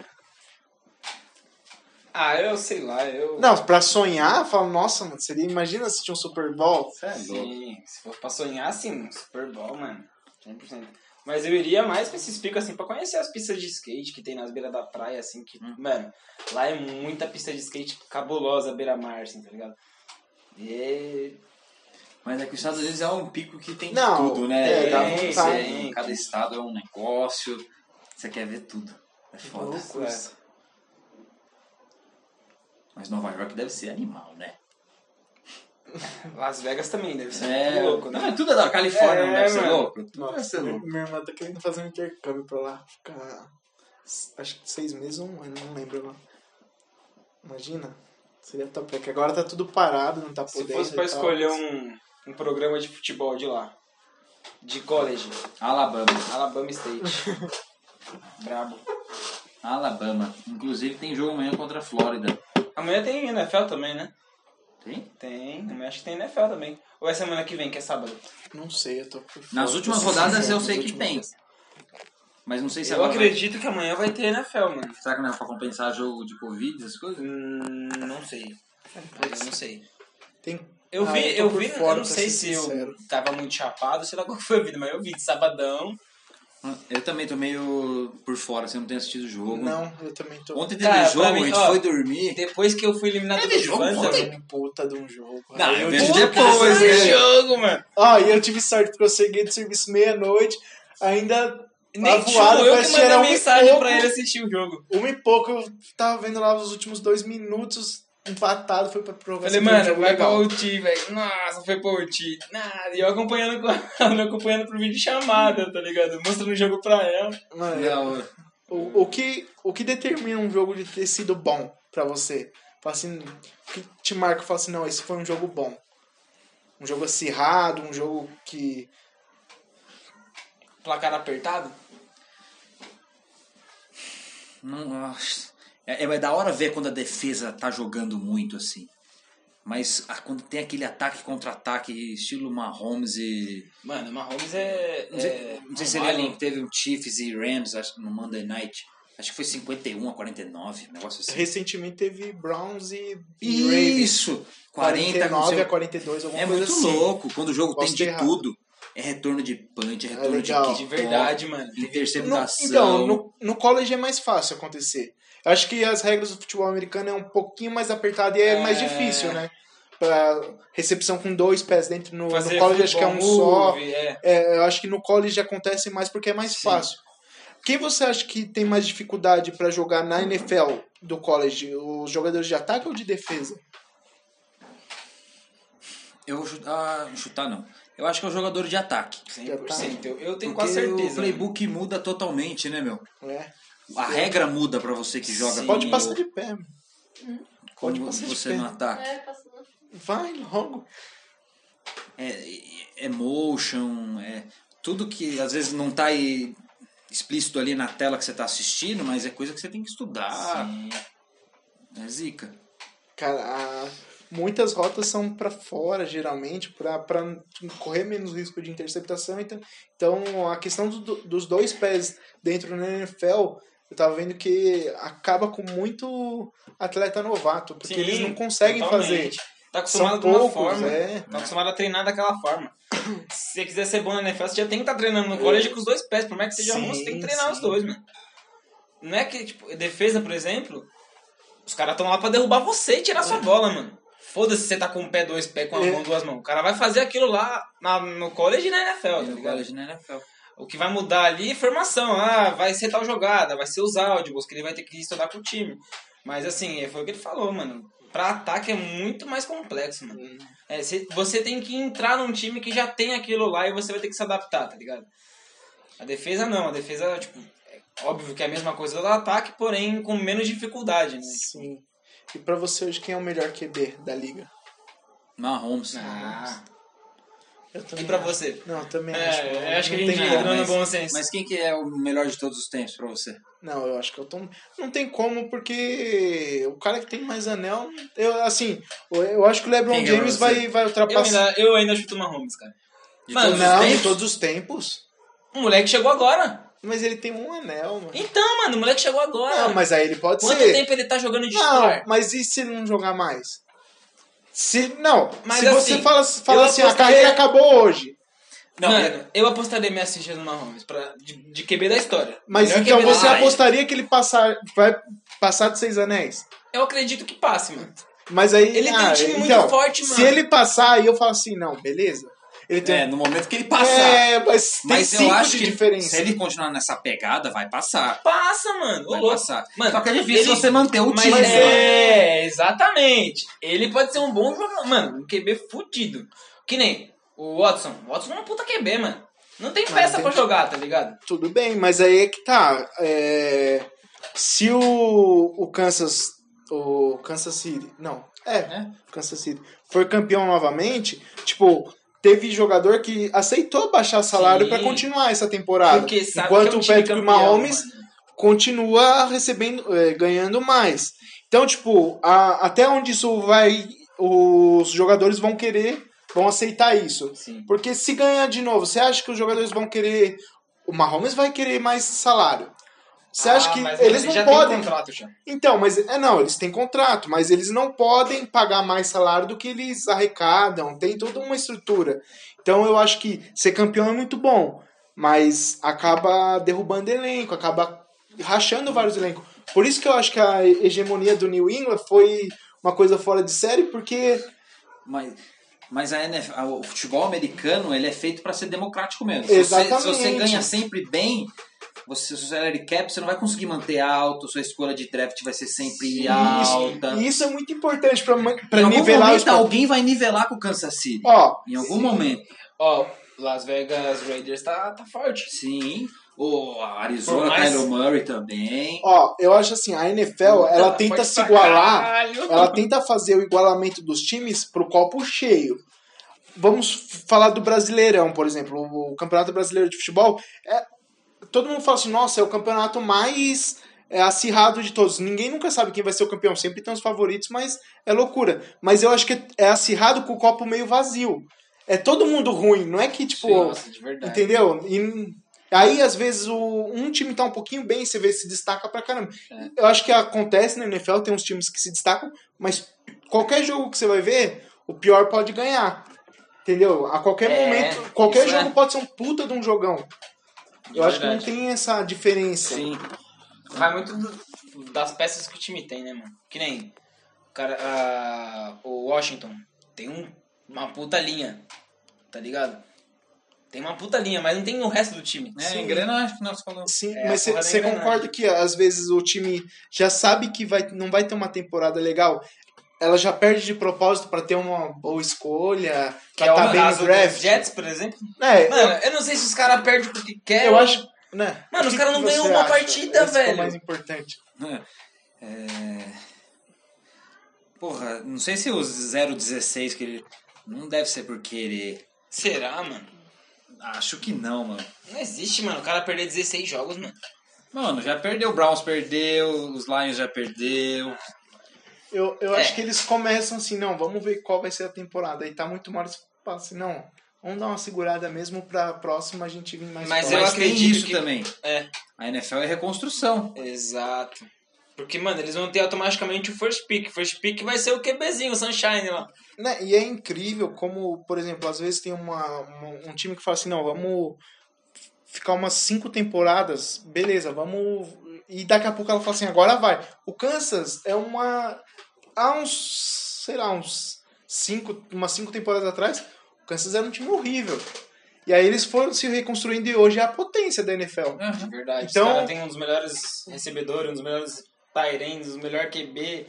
Speaker 2: Ah, eu sei lá, eu.
Speaker 1: Não, pra sonhar, eu falo, nossa, mano, seria. Imagina assistir um Super Bowl.
Speaker 3: Cê é louco.
Speaker 2: Sim, se for pra sonhar, sim, Super Bowl, mano. 100%. Mas eu iria mais pra esses picos, assim, pra conhecer as pistas de skate que tem nas beiras da praia, assim, que,
Speaker 3: Hum.
Speaker 2: mano, lá é muita pista de skate cabulosa, beira-mar, assim, tá ligado? E...
Speaker 3: Mas é que os Estados Unidos é um pico que tem
Speaker 1: Não,
Speaker 3: tudo, né?
Speaker 1: é, dá
Speaker 3: Tem,
Speaker 1: vontade.
Speaker 3: tem, cada estado é um negócio. Você quer ver tudo. É foda.
Speaker 1: Louco,
Speaker 2: é.
Speaker 1: isso.
Speaker 3: Mas Nova York deve ser animal, né?
Speaker 2: Las Vegas também deve ser
Speaker 3: É,
Speaker 2: muito louco, né?
Speaker 3: Não, é tudo é da Califórnia,
Speaker 2: É,
Speaker 3: não deve ser
Speaker 2: mano.
Speaker 3: louco? Tudo deve ser
Speaker 1: Nossa, minha,
Speaker 3: louco.
Speaker 1: minha irmã tá querendo fazer um intercâmbio pra lá. Ficar. s- Acho que seis meses ou um ano, não lembro lá. Imagina. Seria top. É que agora tá tudo parado, não tá
Speaker 2: Se
Speaker 1: podendo.
Speaker 2: fosse
Speaker 1: e
Speaker 2: pra
Speaker 1: tal.
Speaker 2: escolher um, um programa de futebol de lá, de college,
Speaker 3: Alabama.
Speaker 2: Alabama State. Brabo.
Speaker 3: Alabama. Inclusive tem jogo amanhã contra a Flórida.
Speaker 2: Amanhã tem NFL também, né?
Speaker 3: Tem?
Speaker 2: Tem, amanhã acho que tem NFL também. Ou é semana que vem, que é sábado?
Speaker 1: Não sei, eu tô. por fora,
Speaker 3: Nas
Speaker 1: tô
Speaker 3: últimas
Speaker 1: sem
Speaker 3: rodadas
Speaker 1: sincero,
Speaker 3: eu
Speaker 1: nas
Speaker 3: sei que
Speaker 1: últimas
Speaker 3: tem.
Speaker 1: rodadas.
Speaker 3: Mas não sei se
Speaker 2: Eu
Speaker 3: agora. vai-
Speaker 2: acredito que amanhã vai ter NFL, mano.
Speaker 3: Será que não é pra compensar jogo de Covid, essas coisas?
Speaker 2: Hum, não sei. Eu não sei.
Speaker 1: Tem.
Speaker 2: Eu
Speaker 1: Ah,
Speaker 2: vi,
Speaker 1: eu tô
Speaker 2: eu,
Speaker 1: por
Speaker 2: vi,
Speaker 1: fora,
Speaker 2: eu não
Speaker 1: pra
Speaker 2: sei
Speaker 1: ser
Speaker 2: se eu
Speaker 1: sincero.
Speaker 2: tava muito chapado, sei lá qual foi a vida, mas eu vi de sabadão.
Speaker 3: Eu também tô meio por fora, assim, eu não tenho assistido o jogo.
Speaker 1: Não, eu também tô.
Speaker 3: Ontem teve
Speaker 2: Cara, pra
Speaker 3: jogo,
Speaker 2: mim,
Speaker 3: a gente
Speaker 2: ó,
Speaker 3: foi dormir.
Speaker 2: Depois que eu fui eliminado
Speaker 3: Teve
Speaker 2: do
Speaker 3: jogo
Speaker 2: Fantasy,
Speaker 3: ontem?
Speaker 2: mano.
Speaker 1: Um puta de um jogo.
Speaker 3: Não,
Speaker 1: Aí
Speaker 3: eu
Speaker 1: eu
Speaker 3: vejo
Speaker 1: tive-
Speaker 3: depois,
Speaker 2: que
Speaker 3: né?
Speaker 2: jogo, mano.
Speaker 1: Ó, e eu tive sorte porque eu cheguei do serviço meia-noite, ainda.
Speaker 2: Nem tipo,
Speaker 1: voado,
Speaker 2: eu
Speaker 1: parece
Speaker 2: que
Speaker 1: que era
Speaker 2: mandei
Speaker 1: um e
Speaker 2: mensagem
Speaker 1: pouco.
Speaker 2: pra ele assistir o jogo.
Speaker 1: Uma e pouco eu tava vendo lá os últimos dois minutos, empatado, foi pra
Speaker 2: Falei,
Speaker 1: prorrogação. foi um
Speaker 2: mano,
Speaker 1: jogo
Speaker 2: vai pra
Speaker 1: legal.
Speaker 2: ulti, velho. Nossa, foi pra ulti. Nada. E eu acompanhando, com- eu acompanhando pro vídeo chamada, tá ligado? Mostrando o jogo pra ela.
Speaker 1: Mano,
Speaker 3: Não,
Speaker 1: O, o, que, o que determina um jogo de ter sido bom pra você? Fala assim, o que te marca? Fala assim, não, esse foi um jogo bom. Um jogo acirrado, um jogo que.
Speaker 2: Placar apertado.
Speaker 3: não, nossa. é, é da hora ver quando a defesa tá jogando muito, assim. Mas ah, quando tem aquele ataque contra-ataque, estilo Mahomes e.
Speaker 2: Mano, Mahomes é.
Speaker 3: Não sei,
Speaker 2: é
Speaker 3: não sei se
Speaker 2: um
Speaker 3: ele
Speaker 2: alien.
Speaker 3: lembra que teve um Chiefs e Rams acho, que no Monday Night. Acho que foi 51 a 49, um negócio assim.
Speaker 1: Recentemente teve Browns e. e Ravens.
Speaker 3: Isso! 40, não
Speaker 1: 49
Speaker 3: sei o-
Speaker 1: a 42, alguma
Speaker 3: É
Speaker 1: coisa
Speaker 3: muito
Speaker 1: assim.
Speaker 3: louco quando o jogo
Speaker 1: Posso
Speaker 3: tem de
Speaker 1: ter errado.
Speaker 3: tudo. É retorno de punch, é retorno
Speaker 1: legal.
Speaker 3: de
Speaker 2: De
Speaker 3: kick,
Speaker 2: verdade, mano.
Speaker 1: No-
Speaker 3: interceptação.
Speaker 1: então, no, no college é mais fácil acontecer. Eu acho que as regras do futebol americano é um pouquinho mais apertado e é, mais
Speaker 2: É.
Speaker 1: difícil, né? Pra recepção com dois pés dentro no, no
Speaker 2: Fazer
Speaker 1: college acho que é um
Speaker 2: football
Speaker 1: só.
Speaker 2: move, é.
Speaker 1: É, eu acho que no college acontece mais porque é mais fácil. Quem você acha que tem mais dificuldade pra jogar na NFL do college? Os jogadores de ataque ou de defesa?
Speaker 3: Eu vou chutar, chutar não. Eu acho que é o jogador de ataque.
Speaker 2: 100%. Eu, eu tenho
Speaker 3: Porque
Speaker 2: quase
Speaker 1: né?
Speaker 2: certeza.
Speaker 3: o playbook muda totalmente, né, meu?
Speaker 1: É.
Speaker 3: A regra muda pra você que joga
Speaker 2: Sim.
Speaker 1: Pode
Speaker 3: como-
Speaker 1: passar de pé.
Speaker 3: como
Speaker 1: pode passar de
Speaker 3: você
Speaker 1: pé.
Speaker 3: no ataque.
Speaker 4: É, passando.
Speaker 1: Vai logo.
Speaker 3: é, é motion, é tudo que às vezes não tá aí explícito ali na tela que você tá assistindo, mas é coisa que você tem que estudar.
Speaker 2: Sim.
Speaker 3: É zica.
Speaker 1: Cara, a- muitas rotas são pra fora, geralmente, pra pra correr menos risco de interceptação. Então, então a questão do- dos dois pés dentro da NFL, eu tava vendo que acaba com muito atleta novato, porque
Speaker 2: Sim,
Speaker 1: eles não conseguem
Speaker 2: totalmente.
Speaker 1: fazer.
Speaker 2: Tá
Speaker 1: São
Speaker 2: acostumado de uma
Speaker 1: poucos,
Speaker 2: forma.
Speaker 1: é.
Speaker 2: Tá acostumado a treinar daquela forma. Se você quiser ser bom na NFL, você já tem que estar treinando no college com os dois pés. Por mais que seja
Speaker 1: Sim,
Speaker 2: ruim, você tem que treinar
Speaker 1: sim.
Speaker 2: os dois, mano. Não é que, tipo, defesa, por exemplo, os caras estão lá pra derrubar você e tirar sua bola, mano. Foda-se se você tá com um pé, dois pés, com uma
Speaker 1: É.
Speaker 2: mão, duas mãos. O cara vai fazer aquilo lá na- no college e na NFL, tá
Speaker 3: No
Speaker 2: ligado?
Speaker 3: college, na NFL.
Speaker 2: O que vai mudar ali é formação. Ah, vai ser tal jogada, vai ser os áudios, que ele vai ter que estudar com o time. Mas assim, é, foi o que ele falou, mano. Pra ataque é muito mais complexo, mano. É, cê- você tem que entrar num time que já tem aquilo lá e você vai ter que se adaptar, tá ligado? A defesa não, a defesa, tipo, é óbvio que é a mesma coisa do ataque, porém com menos dificuldade, né?
Speaker 1: Sim. E pra você hoje, quem é o melhor QB da liga?
Speaker 3: Mahomes. né?
Speaker 2: Ah,
Speaker 1: Eu
Speaker 2: e pra você?
Speaker 1: Não, eu também
Speaker 2: É,
Speaker 1: acho.
Speaker 2: eu acho que a
Speaker 1: Não
Speaker 2: gente
Speaker 1: tem
Speaker 3: Ah,
Speaker 2: entrou
Speaker 1: como.
Speaker 2: no bom senso.
Speaker 3: Mas quem que é o melhor de todos os tempos pra você?
Speaker 1: Não, eu acho que eu tô. Não tem como, porque o cara que tem mais anel. Eu, assim, eu- eu acho que o LeBron
Speaker 3: Quem é
Speaker 1: James
Speaker 3: você?
Speaker 1: vai, vai
Speaker 2: Eu
Speaker 1: ultrapassar.
Speaker 2: ainda, eu ainda chuto o Mahomes, cara.
Speaker 3: De
Speaker 2: Mano,
Speaker 3: todos os
Speaker 1: Não,
Speaker 3: tempos?
Speaker 1: de todos os tempos.
Speaker 2: O moleque chegou agora.
Speaker 1: Mas ele tem um anel, mano.
Speaker 2: Então, mano, o moleque chegou agora.
Speaker 1: Não, mas aí ele pode
Speaker 2: Quanto
Speaker 1: ser.
Speaker 2: tempo ele tá jogando de
Speaker 1: Não,
Speaker 2: titular?
Speaker 1: mas e se ele não jogar mais? Se, não,
Speaker 2: Mas
Speaker 1: se você
Speaker 2: assim,
Speaker 1: fala, fala
Speaker 2: eu
Speaker 1: assim, a
Speaker 2: apostaria-
Speaker 1: carreira acabou hoje.
Speaker 3: Não,
Speaker 2: mano, eu apostaria minha assistência no Mahomes pra, de, de QB da história.
Speaker 1: Mas
Speaker 2: Melhor
Speaker 1: então
Speaker 2: QB da
Speaker 1: você
Speaker 2: história.
Speaker 1: apostaria que ele passar, vai passar de seis anéis?
Speaker 2: Eu acredito que passe, mano.
Speaker 1: Mas aí.
Speaker 2: Ele tem um
Speaker 1: ah,
Speaker 2: time muito
Speaker 1: então,
Speaker 2: forte, mano.
Speaker 1: Se ele passar, aí eu falo assim, não, beleza. Ele tem
Speaker 3: É, no momento que ele passar.
Speaker 1: É, mas tem
Speaker 3: Mas
Speaker 1: cinco
Speaker 3: eu acho
Speaker 1: de
Speaker 3: que
Speaker 1: diferença.
Speaker 3: se ele continuar nessa pegada, vai passar.
Speaker 2: Passa, mano. Ô,
Speaker 3: Vai
Speaker 2: louco.
Speaker 3: passar.
Speaker 2: Mano,
Speaker 3: Só que é difícil
Speaker 2: ele-
Speaker 3: você manter o
Speaker 2: Mas
Speaker 3: time. né?
Speaker 2: é, exatamente. Ele pode ser um bom jogador. Mano, um QB fudido. Que nem o Watson. O Watson é um puta QB, mano. Não tem peça
Speaker 1: tem
Speaker 2: pra
Speaker 1: que-
Speaker 2: jogar, tá ligado?
Speaker 1: Tudo bem, mas aí é que tá. É, se o, o Kansas. O Kansas City. Não, é,
Speaker 3: É.
Speaker 1: Kansas City. For campeão novamente, tipo. Teve jogador que aceitou baixar salário
Speaker 2: Sim.
Speaker 1: pra continuar essa temporada.
Speaker 2: Porque sabe
Speaker 1: enquanto
Speaker 2: que é um
Speaker 1: o
Speaker 2: time
Speaker 1: Patrick
Speaker 2: campeão,
Speaker 1: Mahomes
Speaker 2: mano.
Speaker 1: continua recebendo, eh, ganhando mais. Então, tipo, a- até onde isso vai, os jogadores vão querer, vão aceitar isso.
Speaker 2: Sim.
Speaker 1: Porque se ganhar de novo, você acha que os jogadores vão querer, o Mahomes vai querer mais salário? Você
Speaker 2: Ah,
Speaker 1: acha que
Speaker 2: mas
Speaker 1: eles
Speaker 2: ele
Speaker 1: não
Speaker 2: já
Speaker 1: podem?
Speaker 2: Tem contrato já.
Speaker 1: Então, mas é não, eles têm contrato, mas eles não podem pagar mais salário do que eles arrecadam, tem toda uma estrutura. Então eu acho que ser campeão é muito bom, mas acaba derrubando elenco, acaba rachando vários elencos. Por isso que eu acho que a hegemonia do New England foi uma coisa fora de série, porque
Speaker 3: Mas, mas a NFL, a- o futebol americano ele é feito para ser democrático mesmo. Se, você, se você
Speaker 1: Exatamente.
Speaker 3: ganha sempre bem, você, seu salary cap você não vai conseguir manter alto, sua escolha de draft vai ser sempre alta.
Speaker 1: e isso é muito importante para
Speaker 3: em algum
Speaker 1: nivelar os
Speaker 3: momento alguém vai nivelar com o Kansas City.
Speaker 1: Ó,
Speaker 3: Em algum momento.
Speaker 2: Ó, Las Vegas Raiders tá, tá forte.
Speaker 3: Sim. O Arizona,
Speaker 2: Por mais-
Speaker 3: Kyler Murray também.
Speaker 1: ó, eu acho assim, a NFL, ela
Speaker 2: Tá
Speaker 1: tenta
Speaker 2: forte
Speaker 1: se
Speaker 2: pra
Speaker 1: igualar
Speaker 2: caralho.
Speaker 1: ela tenta fazer o igualamento dos times pro copo cheio. Vamos f- falar do Brasileirão, por exemplo. O Campeonato Brasileiro de Futebol. é- todo mundo fala assim, nossa, é o campeonato mais é, acirrado de todos. Ninguém nunca sabe quem vai ser o campeão. Sempre tem os favoritos, mas é loucura. Mas eu acho que é acirrado com o copo meio vazio. É todo mundo ruim, não é que, tipo,
Speaker 2: Nossa, de verdade.
Speaker 1: Entendeu? E aí, às vezes, o, um time tá um pouquinho bem, você vê se destaca pra caramba.
Speaker 2: É.
Speaker 1: Eu acho que acontece na NFL, tem uns times que se destacam, mas qualquer jogo que você vai ver, o pior pode ganhar. Entendeu? A qualquer
Speaker 2: É,
Speaker 1: momento, qualquer
Speaker 2: isso é.
Speaker 1: jogo pode ser um puta de um jogão. Eu acho que não
Speaker 2: Verdade.
Speaker 1: tem essa diferença.
Speaker 3: Sim.
Speaker 2: Vai muito do- tipo, das peças que o time tem, né, mano? Que nem o cara, ah, o Washington tem um- uma puta linha, tá ligado? Tem uma puta linha, mas não tem o resto do time.
Speaker 1: Tá
Speaker 3: É, engrenagem que nós falamos.
Speaker 1: Sim,
Speaker 2: É,
Speaker 1: mas
Speaker 2: a porra da
Speaker 1: você
Speaker 2: engrenagem.
Speaker 1: concorda que às vezes o time já sabe que vai, não vai ter uma temporada legal? Ela já perde de propósito pra ter uma boa escolha,
Speaker 2: Que
Speaker 1: pra
Speaker 2: é o
Speaker 1: tá bem
Speaker 2: caso
Speaker 1: no draft.
Speaker 2: dos Jets, por exemplo.
Speaker 1: É,
Speaker 2: Mano, eu não sei se os caras perdem porque querem.
Speaker 1: eu acho. Né?
Speaker 2: É, Mano,
Speaker 1: O
Speaker 2: os
Speaker 1: que
Speaker 2: caras
Speaker 1: que
Speaker 2: não ganham
Speaker 1: você
Speaker 2: uma
Speaker 1: acha?
Speaker 2: partida,
Speaker 1: Esse que é
Speaker 2: velho.
Speaker 1: o mais importante.
Speaker 3: Porra, não sei se o 016 que ele. Não deve ser por querer.
Speaker 2: Será, mano?
Speaker 3: Acho que não, mano.
Speaker 2: Não existe, mano. O cara perder 16 jogos, mano.
Speaker 3: Mano, já perdeu. O Browns perdeu, os Lions já perdeu.
Speaker 1: Eu, eu
Speaker 2: É.
Speaker 1: acho que eles começam assim, não, vamos ver qual vai ser a temporada. E tá muito mal eles falam assim, não, vamos dar uma segurada mesmo pra próxima a gente vir mais
Speaker 2: Mas
Speaker 1: forte.
Speaker 2: eu
Speaker 3: Mas tem
Speaker 2: acredito
Speaker 3: isso
Speaker 2: que-
Speaker 3: também.
Speaker 2: É.
Speaker 3: A NFL é reconstrução.
Speaker 2: Exato. Porque, mano, eles vão ter automaticamente o first pick. First pick vai ser o QBzinho, o Sunshine lá.
Speaker 1: Né? E é incrível como, por exemplo, às vezes tem uma, uma- um time que fala assim, não, vamos ficar umas cinco temporadas, beleza, vamos. E daqui a pouco ela fala assim, agora vai. O Kansas é uma. Há uns. sei lá, uns cinco, umas cinco temporadas atrás, o Kansas era um time horrível. E aí eles foram se reconstruindo e hoje é a potência da NFL.
Speaker 2: É verdade.
Speaker 1: Então-
Speaker 2: Os caras têm um dos melhores recebedores, um dos melhores Tyrens, um dos melhores QB.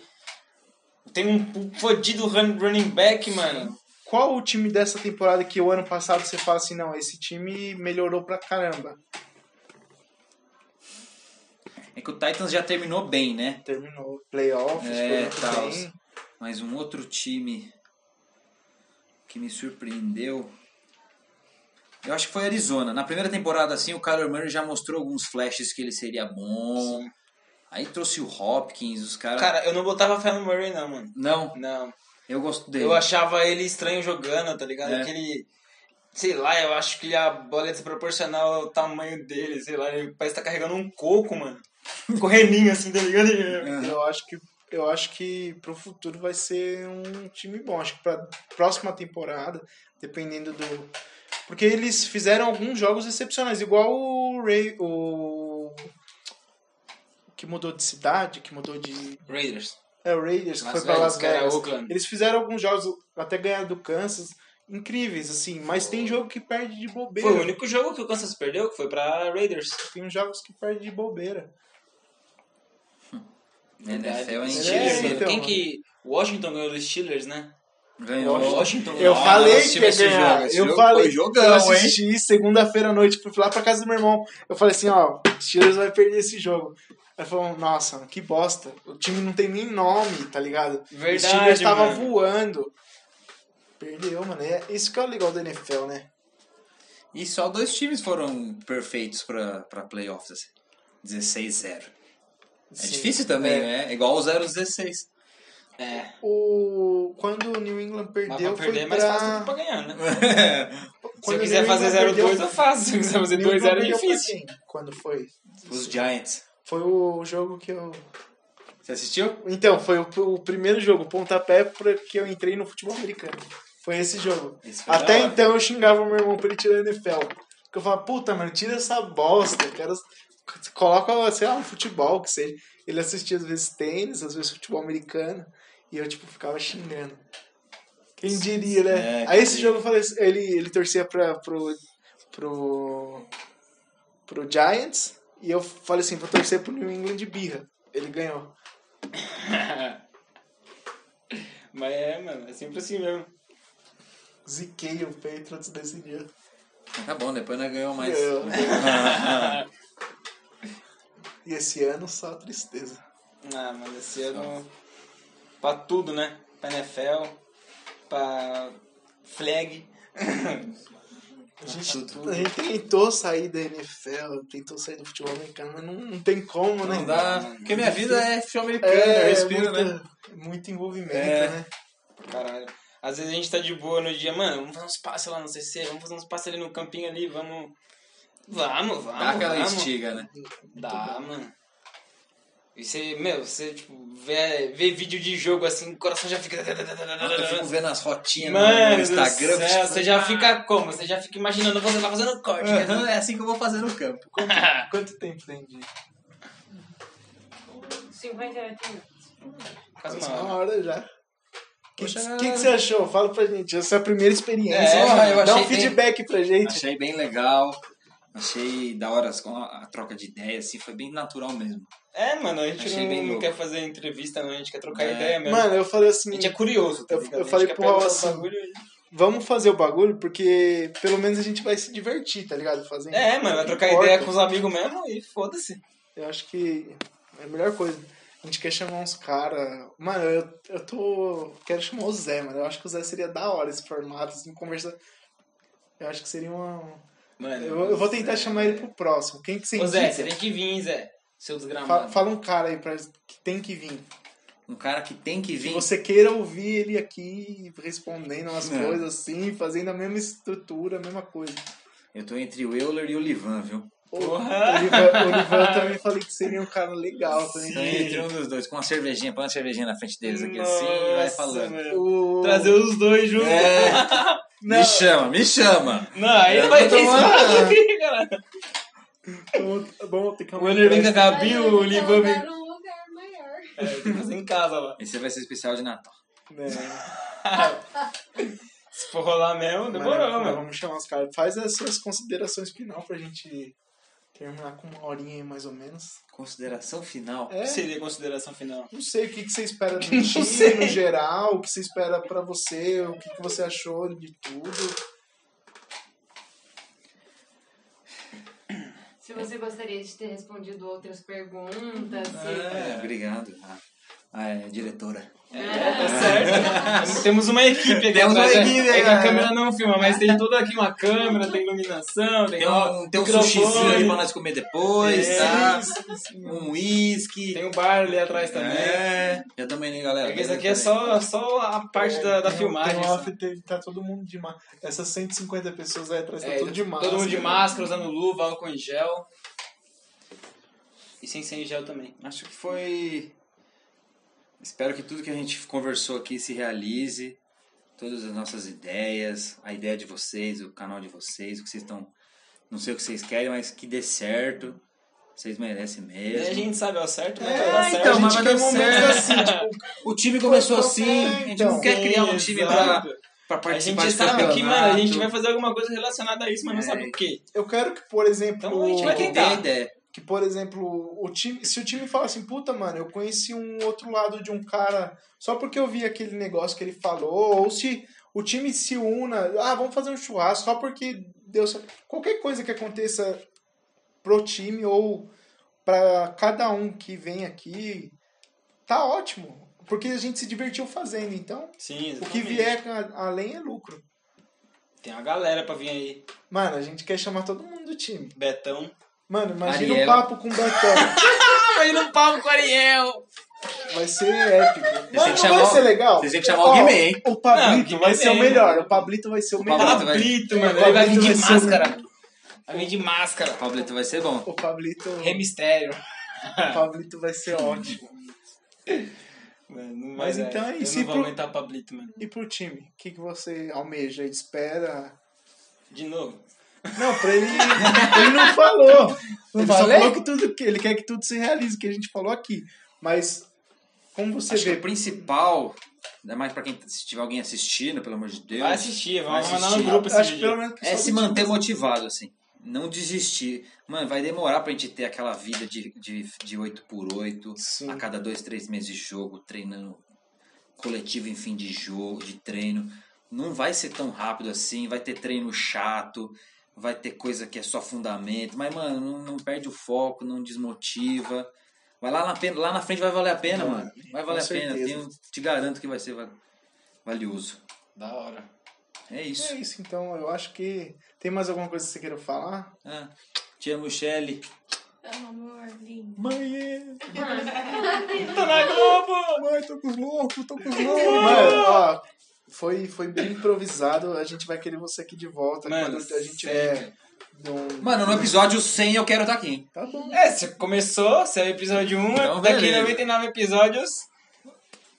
Speaker 2: Tem um fodido run- running back, mano.
Speaker 1: Qual o time dessa temporada que o ano passado você fala assim, não, esse time melhorou pra caramba?
Speaker 3: É que o Titans já terminou bem, né?
Speaker 1: Terminou playoffs,
Speaker 3: É,
Speaker 1: foi
Speaker 3: tal.
Speaker 1: muito bem.
Speaker 3: Mas um outro time que me surpreendeu. Eu acho que foi Arizona. Na primeira temporada, assim, o Kyler Murray já mostrou alguns flashes que ele seria bom. Aí trouxe o Hopkins, os caras.
Speaker 2: Cara, eu não botava fé no Murray, não, mano.
Speaker 3: Não,
Speaker 2: Não.
Speaker 3: eu gosto dele.
Speaker 2: Eu achava ele estranho jogando, tá ligado?
Speaker 3: É.
Speaker 2: Aquele. Sei lá, eu acho que a bola é desproporcional ao tamanho dele, sei lá. Ele parece que tá carregando um coco, mano. Com reminho, assim, tá ligado?
Speaker 3: Aham.
Speaker 1: Eu acho que eu acho que pro futuro vai ser um time bom. Acho que pra próxima temporada, dependendo do. Porque eles fizeram alguns jogos excepcionais, igual o Ray. O. Que mudou de cidade, que mudou de.
Speaker 2: Raiders.
Speaker 1: É, o Raiders, que
Speaker 2: Las
Speaker 1: foi pra
Speaker 2: Vegas,
Speaker 1: Las
Speaker 2: cara,
Speaker 1: Vegas.
Speaker 2: Oakland.
Speaker 1: Eles fizeram alguns jogos, até ganharam do Kansas, incríveis, assim, mas tem jogo que perde de bobeira.
Speaker 2: Foi o único jogo que o Kansas perdeu, que foi pra Raiders.
Speaker 1: Tem uns jogos que perde de bobeira.
Speaker 2: Né,
Speaker 3: NFL é
Speaker 1: Verdade.
Speaker 3: incrível.
Speaker 2: Steelers, mano.
Speaker 1: então,
Speaker 2: Quem
Speaker 1: mano.
Speaker 2: que. Washington ganhou dos Steelers, né?
Speaker 3: Ganhou.
Speaker 2: Washington.
Speaker 1: Eu
Speaker 2: Nossa,
Speaker 1: falei
Speaker 3: assisti
Speaker 1: que ia
Speaker 3: esse
Speaker 1: ganhar.
Speaker 3: jogo, esse
Speaker 1: eu
Speaker 3: jogo
Speaker 1: falei.
Speaker 3: foi jogão,
Speaker 1: eu assisti segunda-feira à noite, fui lá pra casa do meu irmão. Eu falei assim, ó, Steelers vai perder esse jogo. Aí falou, nossa, que bosta. O time não tem nem nome, tá ligado?
Speaker 2: Verdade,
Speaker 1: o Steelers tava
Speaker 2: mano.
Speaker 1: voando. Perdeu, mano. É isso que é o legal da NFL, né?
Speaker 3: E só dois times foram perfeitos pra, pra playoffs. Assim. 16-0. É
Speaker 1: Sim.
Speaker 3: difícil também,
Speaker 1: É.
Speaker 3: né? É Igual o 0-16.
Speaker 2: É.
Speaker 1: O... Quando o New England
Speaker 2: Mas
Speaker 1: perdeu,
Speaker 2: pra perder é
Speaker 1: foi
Speaker 2: mais fácil do que
Speaker 1: pra...
Speaker 2: pra ganhar, né? Se
Speaker 1: Quando
Speaker 2: eu
Speaker 1: o
Speaker 2: quiser
Speaker 1: New
Speaker 2: fazer
Speaker 1: England
Speaker 2: 0-2,
Speaker 1: perdeu-
Speaker 2: eu faço. Se eu quiser fazer
Speaker 1: New England
Speaker 2: 2-0, é
Speaker 1: perdeu pra
Speaker 2: difícil.
Speaker 1: quem? Quando foi?
Speaker 3: Os Giants.
Speaker 1: Foi o jogo que eu...
Speaker 3: Você assistiu?
Speaker 1: Então, foi o, o primeiro jogo, o pontapé pra- que eu entrei no futebol americano. Foi esse jogo.
Speaker 3: Esse foi
Speaker 1: Até
Speaker 3: da hora.
Speaker 1: então eu xingava meu irmão pra ele tirar a NFL. Porque eu falava, puta, mano, tira essa bosta. eu Quero... Coloca, sei lá, um futebol, que seja. Ele assistia às vezes tênis, às vezes futebol americano. E eu, tipo, ficava xingando. Quem diria, né?
Speaker 3: É,
Speaker 1: Aí esse
Speaker 3: que-
Speaker 1: jogo eu falei, assim, ele, ele torcia pra, pro, pro, pro Giants. E eu falei assim, vou torcer pro New England de birra. Ele ganhou.
Speaker 2: Mas é, mano, é sempre assim mesmo.
Speaker 1: Ziquei o Patriots desse dia. então.
Speaker 3: Tá bom, depois nós ganhamos mais.
Speaker 1: Eu- E esse ano só tristeza.
Speaker 2: Ah, mano, esse ano. Pra tudo, né? Pra NFL, pra flag.
Speaker 1: A gente, a gente tentou sair da NFL, tentou sair do futebol americano, mas não, não tem como, né?
Speaker 3: Não dá. Porque minha vida é futebol americano, eu
Speaker 1: É,
Speaker 3: respiro, né?
Speaker 1: muita- muito envolvimento,
Speaker 3: É.
Speaker 1: né?
Speaker 2: Caralho. Às vezes a gente tá de boa no dia, mano, vamos fazer uns passes lá no CC, vamos fazer uns passes ali no campinho ali, vamos. Vamos, vamos.
Speaker 3: Dá aquela
Speaker 2: vamos.
Speaker 3: estiga, né?
Speaker 2: É Dá, mano. E você, meu, você, tipo, vê, vê vídeo de jogo assim, o coração já fica.
Speaker 3: Eu fico vendo as rotinhas
Speaker 2: Ah. Mano,
Speaker 3: no Instagram.
Speaker 2: do céu,
Speaker 3: tipo,
Speaker 2: você tá- já fica como? Você já fica imaginando você lá fazendo corte. né?
Speaker 3: Aham, é assim que eu vou fazer no campo.
Speaker 1: Quanto tempo tem de.
Speaker 4: 58 minutos.
Speaker 2: Quase uma hora.
Speaker 1: Uma hora já. O que,
Speaker 3: Poxa.
Speaker 1: que que você achou? Fala pra gente. Essa é a primeira experiência.
Speaker 2: É,
Speaker 1: Dá
Speaker 3: eu
Speaker 1: um
Speaker 3: achei bem-
Speaker 1: feedback pra gente.
Speaker 3: Achei bem legal. Achei da hora as- a troca de ideias, assim, foi bem natural mesmo.
Speaker 2: É, mano, a gente
Speaker 3: Achei
Speaker 2: não,
Speaker 3: bem
Speaker 2: não
Speaker 3: louco.
Speaker 2: quer fazer entrevista, não, a gente quer trocar
Speaker 3: É.
Speaker 2: ideia mesmo.
Speaker 1: Mano, eu falei
Speaker 2: a
Speaker 1: assim.
Speaker 2: gente é curioso, tá
Speaker 1: eu-
Speaker 2: ligado?
Speaker 1: eu
Speaker 2: A gente
Speaker 1: falei
Speaker 2: quer
Speaker 1: pro Raul
Speaker 2: perguntar os
Speaker 1: assim,
Speaker 2: bagulho e-
Speaker 1: Vamos fazer o bagulho porque pelo menos a gente vai se divertir, tá ligado? Fazendo.
Speaker 2: É, mano, vai trocar
Speaker 1: Importa.
Speaker 2: ideia com os amigos mesmo e foda-se.
Speaker 1: Eu acho que é a melhor coisa. A gente quer chamar uns caras. Mano, eu, eu tô. Quero chamar o Zé, mano. Eu acho que o Zé seria da hora esse formato, assim, conversar. Eu acho que seria uma.
Speaker 2: Mano, é.
Speaker 1: Eu, eu vou tentar chamar ele pro próximo. Quem que você
Speaker 2: Ô Zé,
Speaker 1: indica?
Speaker 2: você tem que vir, hein, Zé. Seu
Speaker 1: Fa-
Speaker 2: desgramado.
Speaker 1: Fala um cara aí pra... que tem que vir.
Speaker 3: Um cara que tem que
Speaker 1: Que
Speaker 3: vir.
Speaker 1: você queira ouvir ele aqui respondendo umas
Speaker 3: É.
Speaker 1: coisas assim, fazendo a mesma estrutura, a mesma coisa.
Speaker 3: Eu tô entre o Euler e o Livan, viu?
Speaker 1: O
Speaker 2: Porra!
Speaker 1: Olivan, Olivan também falei que seria um cara legal também.
Speaker 3: Tô entre um dos dois, com uma cervejinha, põe uma cervejinha na frente deles
Speaker 2: é
Speaker 3: aqui assim e vai
Speaker 2: Nossa,
Speaker 3: falando.
Speaker 2: mano.
Speaker 1: O...
Speaker 2: Trazer os dois juntos.
Speaker 3: É,
Speaker 1: Não.
Speaker 3: me chama, me chama!
Speaker 2: Não, aí
Speaker 3: É, Eu
Speaker 2: não vai
Speaker 3: tô
Speaker 2: ter esse
Speaker 3: tomando-
Speaker 2: lado aqui, cara.
Speaker 1: Bom, é bom, tem que
Speaker 2: O Euler vem com a Gabi,
Speaker 4: Mas
Speaker 2: o
Speaker 4: ele
Speaker 2: Livan vem.
Speaker 4: tá num lugar maior.
Speaker 2: É, tem que fazer em casa lá.
Speaker 3: Esse vai ser o especial de Natal.
Speaker 1: É,
Speaker 2: Se for rolar mesmo, demorou,
Speaker 1: mas- mas
Speaker 2: mano.
Speaker 1: né, Vamos chamar os caras. Faz as suas considerações final pra gente terminar com uma horinha aí, mais ou menos.
Speaker 3: Consideração final.
Speaker 2: O
Speaker 1: É,
Speaker 2: que seria a consideração final?
Speaker 1: não sei o que, que você espera do
Speaker 2: Não
Speaker 1: time
Speaker 2: sei.
Speaker 1: no geral, o que você espera pra você, o que, que você achou de tudo.
Speaker 5: Se você gostaria de ter respondido outras perguntas. se-
Speaker 3: É, obrigado. Ah, ah, é, diretora.
Speaker 2: Tá certo. Temos uma equipe aqui.
Speaker 3: Temos uma
Speaker 2: atrás, né?
Speaker 3: equipe,
Speaker 2: é, que
Speaker 3: né?
Speaker 2: a câmera não filma, mas tem toda aqui uma câmera, tem iluminação, tem,
Speaker 3: Tem um, tem um
Speaker 2: microfone,
Speaker 3: sushizinho aí pra nós comer depois,
Speaker 2: É.
Speaker 3: tá? Um uísque.
Speaker 2: Tem um bar ali atrás também.
Speaker 3: É, já também aí, galera.
Speaker 2: Porque isso aqui é só, só a parte da, da
Speaker 1: Tem-
Speaker 2: filmagem.
Speaker 1: tem um
Speaker 2: só.
Speaker 1: off, tem- tá todo mundo de máscara. Essas 150 pessoas aí atrás, tá
Speaker 2: É,
Speaker 1: tudo de máscara.
Speaker 2: Todo mundo de máscara, usando luva, álcool em gel. E sem sem gel também.
Speaker 3: Acho que foi. Espero que tudo que a gente conversou aqui se realize. Todas as nossas ideias, a ideia de vocês, o canal de vocês, o que vocês estão. Não sei o que vocês querem, mas que dê certo. Vocês
Speaker 2: E
Speaker 3: merecem
Speaker 2: a
Speaker 3: mesmo.
Speaker 2: gente sabe ao certo, mas
Speaker 1: É,
Speaker 2: vai dar
Speaker 1: então,
Speaker 2: tá certo.
Speaker 1: a gente
Speaker 3: mas vai
Speaker 1: quer
Speaker 3: dar
Speaker 1: momentos
Speaker 3: certo.
Speaker 1: assim, tipo,
Speaker 3: O time começou
Speaker 1: Foi
Speaker 3: assim, a gente não
Speaker 1: perfeito.
Speaker 3: quer criar um
Speaker 2: Sim,
Speaker 3: time pra,
Speaker 2: então. exato.
Speaker 3: pra
Speaker 2: A
Speaker 3: participar
Speaker 2: gente
Speaker 3: de
Speaker 2: sabe que, mano, a gente
Speaker 3: campeonato.
Speaker 2: vai fazer alguma coisa relacionada a isso, mas não
Speaker 3: É.
Speaker 2: sabe o quê.
Speaker 1: eu quero que, por exemplo,
Speaker 2: Então a gente vai
Speaker 3: Tem que
Speaker 2: tentar.
Speaker 3: ter ideia.
Speaker 1: que por exemplo o time se o time fala assim puta mano eu conheci um outro lado de um cara só porque eu vi aquele negócio que ele falou ou se o time se una ah vamos fazer um churrasco só porque deu certo. qualquer coisa que aconteça pro time ou pra cada um que vem aqui tá ótimo porque a gente se divertiu fazendo então
Speaker 2: Sim,
Speaker 1: o que
Speaker 2: exatamente.
Speaker 1: vier a- além é lucro
Speaker 2: Tem uma galera pra vir aí.
Speaker 1: mano a gente quer chamar todo mundo do time
Speaker 2: Betão.
Speaker 1: mano imagina um
Speaker 3: Ariel.
Speaker 1: papo com o Betão
Speaker 2: Vai ir no palco com o Ariel.
Speaker 1: vai ser épico
Speaker 3: Vocês têm
Speaker 1: Mano,
Speaker 3: que
Speaker 1: não
Speaker 3: chamar
Speaker 1: vai
Speaker 3: o-
Speaker 1: ser legal?
Speaker 3: Vocês têm que chamar
Speaker 1: Ó,
Speaker 3: o Guimê, hein?
Speaker 1: O Pablito
Speaker 2: Não, o
Speaker 1: vai
Speaker 2: Guimê,
Speaker 1: ser o
Speaker 2: né?
Speaker 1: melhor. O Pablito vai ser o
Speaker 3: O
Speaker 1: melhor.
Speaker 3: Pablito. vai-
Speaker 2: Pablito, mano.
Speaker 1: O
Speaker 2: Ele vai vir
Speaker 1: Pablito
Speaker 2: de
Speaker 1: vai ser o-
Speaker 2: máscara. Vai vir de máscara.
Speaker 3: Pablito vai ser bom.
Speaker 1: O Pablito,
Speaker 2: Rei Mistério.
Speaker 1: o Pablito vai ser ótimo.
Speaker 2: Mano, não
Speaker 1: Mas
Speaker 2: vai dar.
Speaker 1: então é isso, e
Speaker 2: Eu não
Speaker 1: pro-
Speaker 2: vou aguentar o Pablito, mano.
Speaker 1: E pro time? O que, que você almeja? Espera?
Speaker 2: De novo.
Speaker 1: Não, pra ele. ele não falou. ele
Speaker 3: falei?
Speaker 1: só falou que tudo. que Ele quer que tudo se realize, o que a gente falou aqui. Mas como você
Speaker 3: Acho que
Speaker 1: vê.
Speaker 3: o principal, ainda mais pra quem se tiver alguém assistindo, pelo amor de Deus,
Speaker 2: Vai assistir, vamos
Speaker 3: Vai
Speaker 2: mandar
Speaker 3: assistir.
Speaker 2: no grupo esse
Speaker 1: acho que
Speaker 2: vídeo.
Speaker 1: pelo menos. tá
Speaker 3: é
Speaker 1: só
Speaker 3: se
Speaker 1: do time.
Speaker 3: manter motivado, assim. Não desistir. Mano, vai demorar pra gente ter aquela vida de, de, de 8x8,
Speaker 1: Sim.
Speaker 3: a cada dois, três meses de jogo, treinando coletivo em fim de jogo, de treino. Não vai ser tão rápido assim, vai ter treino chato, vai ter coisa que é só fundamento. Mas, mano, não, não perde o foco, não desmotiva. Vai lá na, pena- lá na frente vai valer a pena, mano. Vai valer a pena.
Speaker 1: certeza.
Speaker 3: tenho- te garanto que vai ser va- valioso.
Speaker 2: Da hora.
Speaker 3: É
Speaker 1: É
Speaker 3: isso.
Speaker 1: isso, então. Eu acho que. Tem mais alguma coisa que você queira falar?
Speaker 3: Ah, te amo, Shelly.
Speaker 4: Meu amor, lindo.
Speaker 1: Mãe!
Speaker 2: Tá na Globo!
Speaker 1: Mãe, tô com os loucos, tô com os loucos. Mano, ó, foi, foi bem improvisado. A gente vai querer você aqui de volta
Speaker 2: Mano, é.
Speaker 1: quando a gente
Speaker 2: sério.
Speaker 1: tiver. num-
Speaker 3: É, Mano, no episódio 100 eu quero estar aqui, hein?
Speaker 1: Tá bom.
Speaker 2: É, você começou, você é o episódio 1,
Speaker 3: Então,
Speaker 2: daqui
Speaker 3: beleza.
Speaker 2: 99 episódios,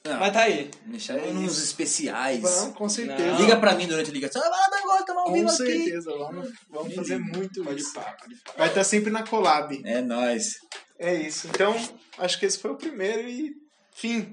Speaker 3: Não,
Speaker 2: mas tá aí.
Speaker 3: me chama
Speaker 1: É
Speaker 3: nos
Speaker 1: isso.
Speaker 3: especiais.
Speaker 1: Vamos, com certeza.
Speaker 2: Não.
Speaker 3: Liga pra mim durante a ligação. Ah, vai, vai, vai, tamo ao
Speaker 1: Com
Speaker 3: vivo aqui.
Speaker 1: certeza, vamos, vamos fazer muito
Speaker 2: Pode
Speaker 1: isso.
Speaker 2: pá, pode pá.
Speaker 1: Vai estar sempre na collab.
Speaker 3: É nóis.
Speaker 1: É isso. Então, acho que esse foi o primeiro e fim.